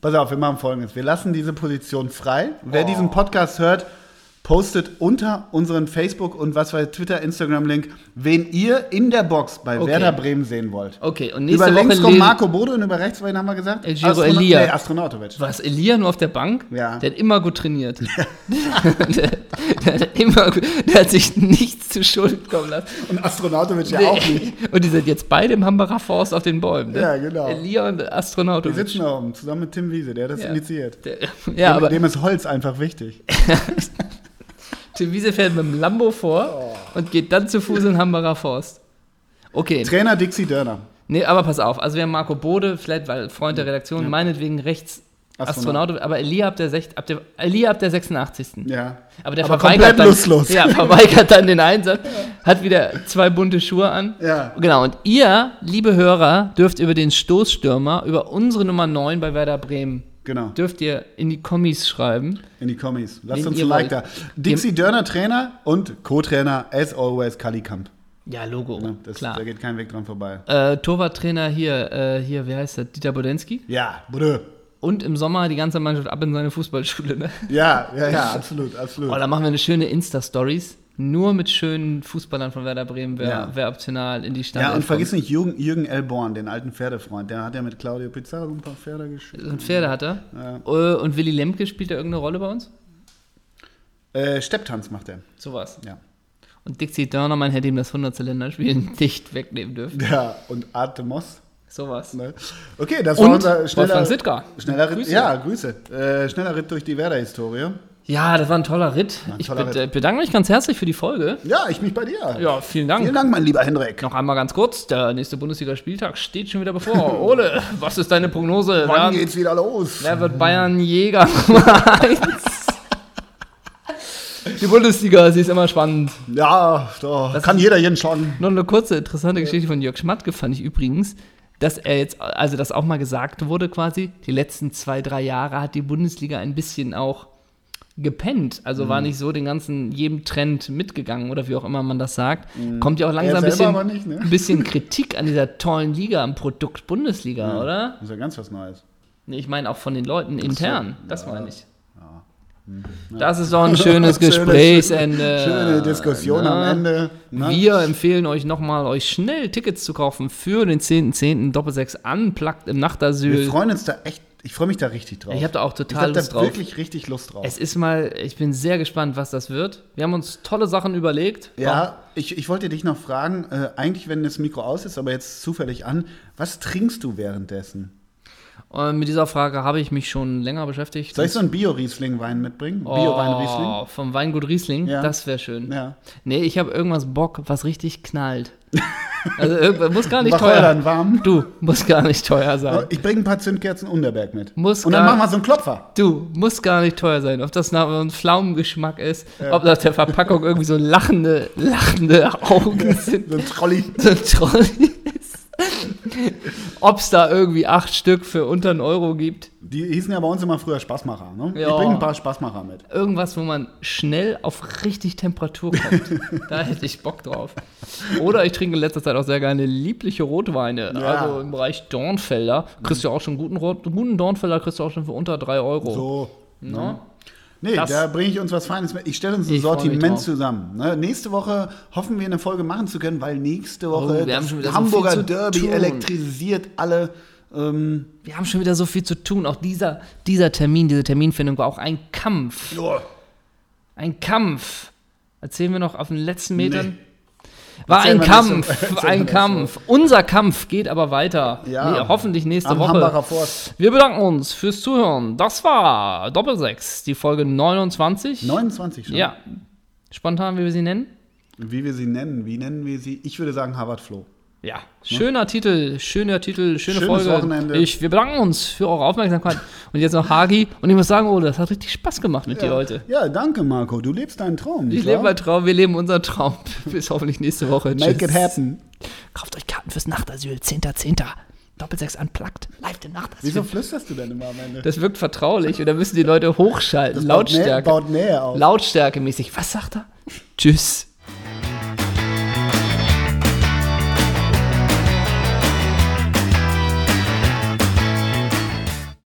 Pass auf, wir machen folgendes. Wir lassen diese Position frei. Wer diesen Podcast hört, Postet unter unseren Facebook- und was war Twitter, Instagram-Link, wen ihr in der Box bei
Okay.
Werder Bremen sehen wollt.
[laughs] Okay, und nächste
Über links
Woche
kommt
lesen-
Marco Bode und über rechts, wen haben wir gesagt?
El Giro
Astronaut-
Elia.
Nee, Astronautovic.
Was, Elia nur auf der Bank?
Ja.
Der hat immer gut trainiert. [laughs] der, der, hat immer, gut- der hat sich nichts zu Schulden kommen lassen.
Und Astronautovic ja auch nicht.
Und die sind jetzt beide im Hambacher Forst auf den Bäumen. Ne?
Ja, genau.
Elia und
Die
Astronautovic.
sitzen da oben, zusammen mit Tim Wiese, der hat das
Ja.
initiiert.
Der, ja,
dem,
aber
dem ist Holz einfach
[laughs]
wichtig.
Tim Wiese fährt mit dem Lambo
Oh.
vor und geht dann zu Fuß in Hambacher Forst. Okay,
Trainer Dixie Dörner.
nee, aber pass auf. Also wir haben Marco Bode, vielleicht weil Freund der Redaktion, meinetwegen rechts
Astronaut.
Astronaut, aber Elia ab der, sech, ab der, Elia ab der 86.
Ja.
Aber der
Aber
verweigert
komplett
dann,
lustlos.
Ja, verweigert dann den Einsatz, hat wieder zwei bunte Schuhe an.
Ja.
Genau, und ihr, liebe Hörer, dürft über den Stoßstürmer, über unsere Nummer 9 bei Werder Bremen,
Genau.
dürft ihr in die Kommis schreiben.
In die Kommis. Lasst
Wen
uns
ihr
ein Like da.
wollt.
Dixie Dörner Trainer und Co-Trainer, as always, Kali Kamp.
Ja, Logo,
Ne, das,
klar.
Da geht kein Weg dran vorbei.
Äh, Torwarttrainer hier, äh, hier, wer heißt der? Dieter Bodensky.
Ja, Brö.
Und im Sommer die ganze Mannschaft ab in seine Fußballschule. Ne?
Ja, ja, ja, absolut, absolut.
Oh, da machen wir eine schöne Insta-Stories. Nur mit schönen Fußballern von Werder Bremen, wer,
Ja.
wer optional in die Stadt
Ja, und vergiss nicht Jürgen, Jürgen L. Born, den alten Pferdefreund. Der hat ja mit Claudio Pizarro ein paar Pferde gespielt.
Ein Pferde hat er.
Ja.
Äh, Und Willy Lemke spielt da irgendeine Rolle bei uns?
Äh, Stepptanz macht er.
Sowas.
Ja. [laughs]
Und Dixie Dörnermann hätte ihm das 100 Länderspiel [laughs] nicht wegnehmen dürfen.
Ja, und Arte Moss.
Sowas.
Ne? Okay, das war
Und
unser schneller,
Wolfgang Sittger.
schneller Ritt.
Grüße.
Ja, Grüße. Äh, schneller Ritt durch die Werder-Historie.
Ja, das war ein toller Ritt.
ein
ich
toller
bed-
Ritt.
äh, bedanke mich ganz herzlich für die Folge.
Ja, ich mich bei dir.
Ja, vielen Dank.
Vielen Dank, mein lieber Hendrik.
Noch einmal ganz kurz, der nächste Bundesligaspieltag steht schon wieder [laughs] bevor. Ole, was ist deine Prognose?
Wann
wer,
geht's wieder los?
wer wird Bayern Jäger Nummer 1? Die Bundesliga, sie ist immer spannend.
Ja, doch.
Das
kann
ist-
jeder jeden schauen.
Noch eine kurze interessante Geschichte von Jörg Schmatke fand ich übrigens, dass er jetzt, also dass auch mal gesagt wurde quasi, die letzten zwei, drei Jahre hat die Bundesliga ein bisschen auch gepennt. Also war nicht so den ganzen, jedem Trend mitgegangen oder wie auch immer man das sagt. Kommt Mhm. ja auch langsam
selber
ein bisschen,
aber nicht, ne?
ein bisschen Kritik an dieser tollen Liga, am Produkt Bundesliga, oder?
Das ist ja ganz was Neues.
Nee, ich meine auch von den Leuten intern, das meine ich. Das
[laughs]
ist doch ein schönes
Schöne-
Gesprächsende.
Schöne Diskussion
Na?
am Ende. ne?
Wir empfehlen euch nochmal, euch schnell Tickets zu kaufen für den 10.10. Doppelsechs unplugged im
Wir
Nachtasyl.
freuen uns da echt. Ich freue mich da richtig drauf.
Ich habe da auch
ich
total
hab da
Lust drauf.
wirklich richtig Lust drauf.
Es ist mal, ich bin sehr gespannt, was das wird. Wir haben uns tolle Sachen überlegt.
ja, ich, ich wollte dich noch fragen, äh, eigentlich wenn das Mikro aus ist, aber jetzt zufällig an, was trinkst du währenddessen?
Und mit dieser Frage habe ich mich schon länger beschäftigt.
Soll ich so einen Bio-Riesling-Wein mitbringen?
oh,
Bio-Wein-Riesling?
Vom Weingut Riesling,
Ja.
das wäre schön.
Ja.
Nee, ich habe irgendwas Bock, was richtig knallt. Also irgendwas muss gar nicht teuer.
Wacholder warm.
Du, muss gar nicht teuer sein.
Ich bringe ein paar Zündkerzen Unterberg mit.
Muss
Und dann
gar-
machen wir so einen Klopfer.
Du, muss gar nicht teuer sein. Ob das nach einem Pflaumengeschmack ist, ob nach der Verpackung irgendwie so lachende, lachende Augen sind,
So ein Trolley.
so ein Trolley ist. Ob es da irgendwie acht Stück für unter einen Euro gibt.
Die hießen ja bei uns immer früher Spaßmacher. Ne? Ich
Ja.
bringe ein paar Spaßmacher mit.
Irgendwas, wo man schnell auf richtig Temperatur kommt. da hätte ich Bock drauf. Oder ich trinke in letzter Zeit auch sehr gerne liebliche Rotweine. Also im Bereich Dornfelder kriegst du auch schon guten, Rot guten Dornfelder, kriegst du auch schon für unter drei Euro.
So. Mhm.
Ne?
Nee,
Das-
da bringe ich uns was Feines mit. Ich stelle uns ein
Ich freu mich
Sortiment
drauf.
zusammen. Ne? Nächste Woche hoffen wir eine Folge machen zu können, weil nächste Woche
Oh, wir haben schon wieder
das
so
Hamburger
viel zu
Derby
tun.
elektrisiert alle. Ähm,
Wir haben schon wieder so viel zu tun. Auch dieser, dieser Termin, diese Terminfindung war auch ein Kampf.
joa.
Ein Kampf. Erzählen wir noch auf den letzten Metern? War
Erzählen
ein
wir nächste- [laughs]
Kampf,
erzählen wir
ein
nächste
Kampf. Unser Kampf geht aber weiter.
Ja.
Nee, hoffentlich nächste
am
Woche.
Hambacher Forst.
Wir bedanken uns fürs Zuhören. Das war Doppelsechs, die Folge 29.
29 schon.
Ja. Spontan, wie wir sie nennen.
Wie wir sie nennen. Wie nennen wir sie? Ich würde sagen Harvard Flo.
Ja, schöner Titel, schöner Titel, schöne
Schönes
Folge.
Wochenende.
Ich, wir bedanken uns für eure Aufmerksamkeit. Und jetzt noch Hagi. Und ich muss sagen, oh, das hat richtig Spaß gemacht mit dir heute.
Ja, danke Marco. Du lebst deinen Traum. nicht
Ich lebe
wahr?
meinen Traum, wir leben unseren Traum. [laughs] Bis hoffentlich nächste Woche.
Make
Tschüss.
it happen.
Kauft euch Karten fürs Nachtasyl, 10.10. Doppelsechs unplugged, live im Nachtasyl.
Wieso flüsterst du denn immer am Ende?
Das wirkt vertraulich und da müssen die Leute hochschalten,
Baut Nähe-
Lautstärke.
Baut Nähe auf.
Lautstärke mäßig. Was sagt er? Tschüss.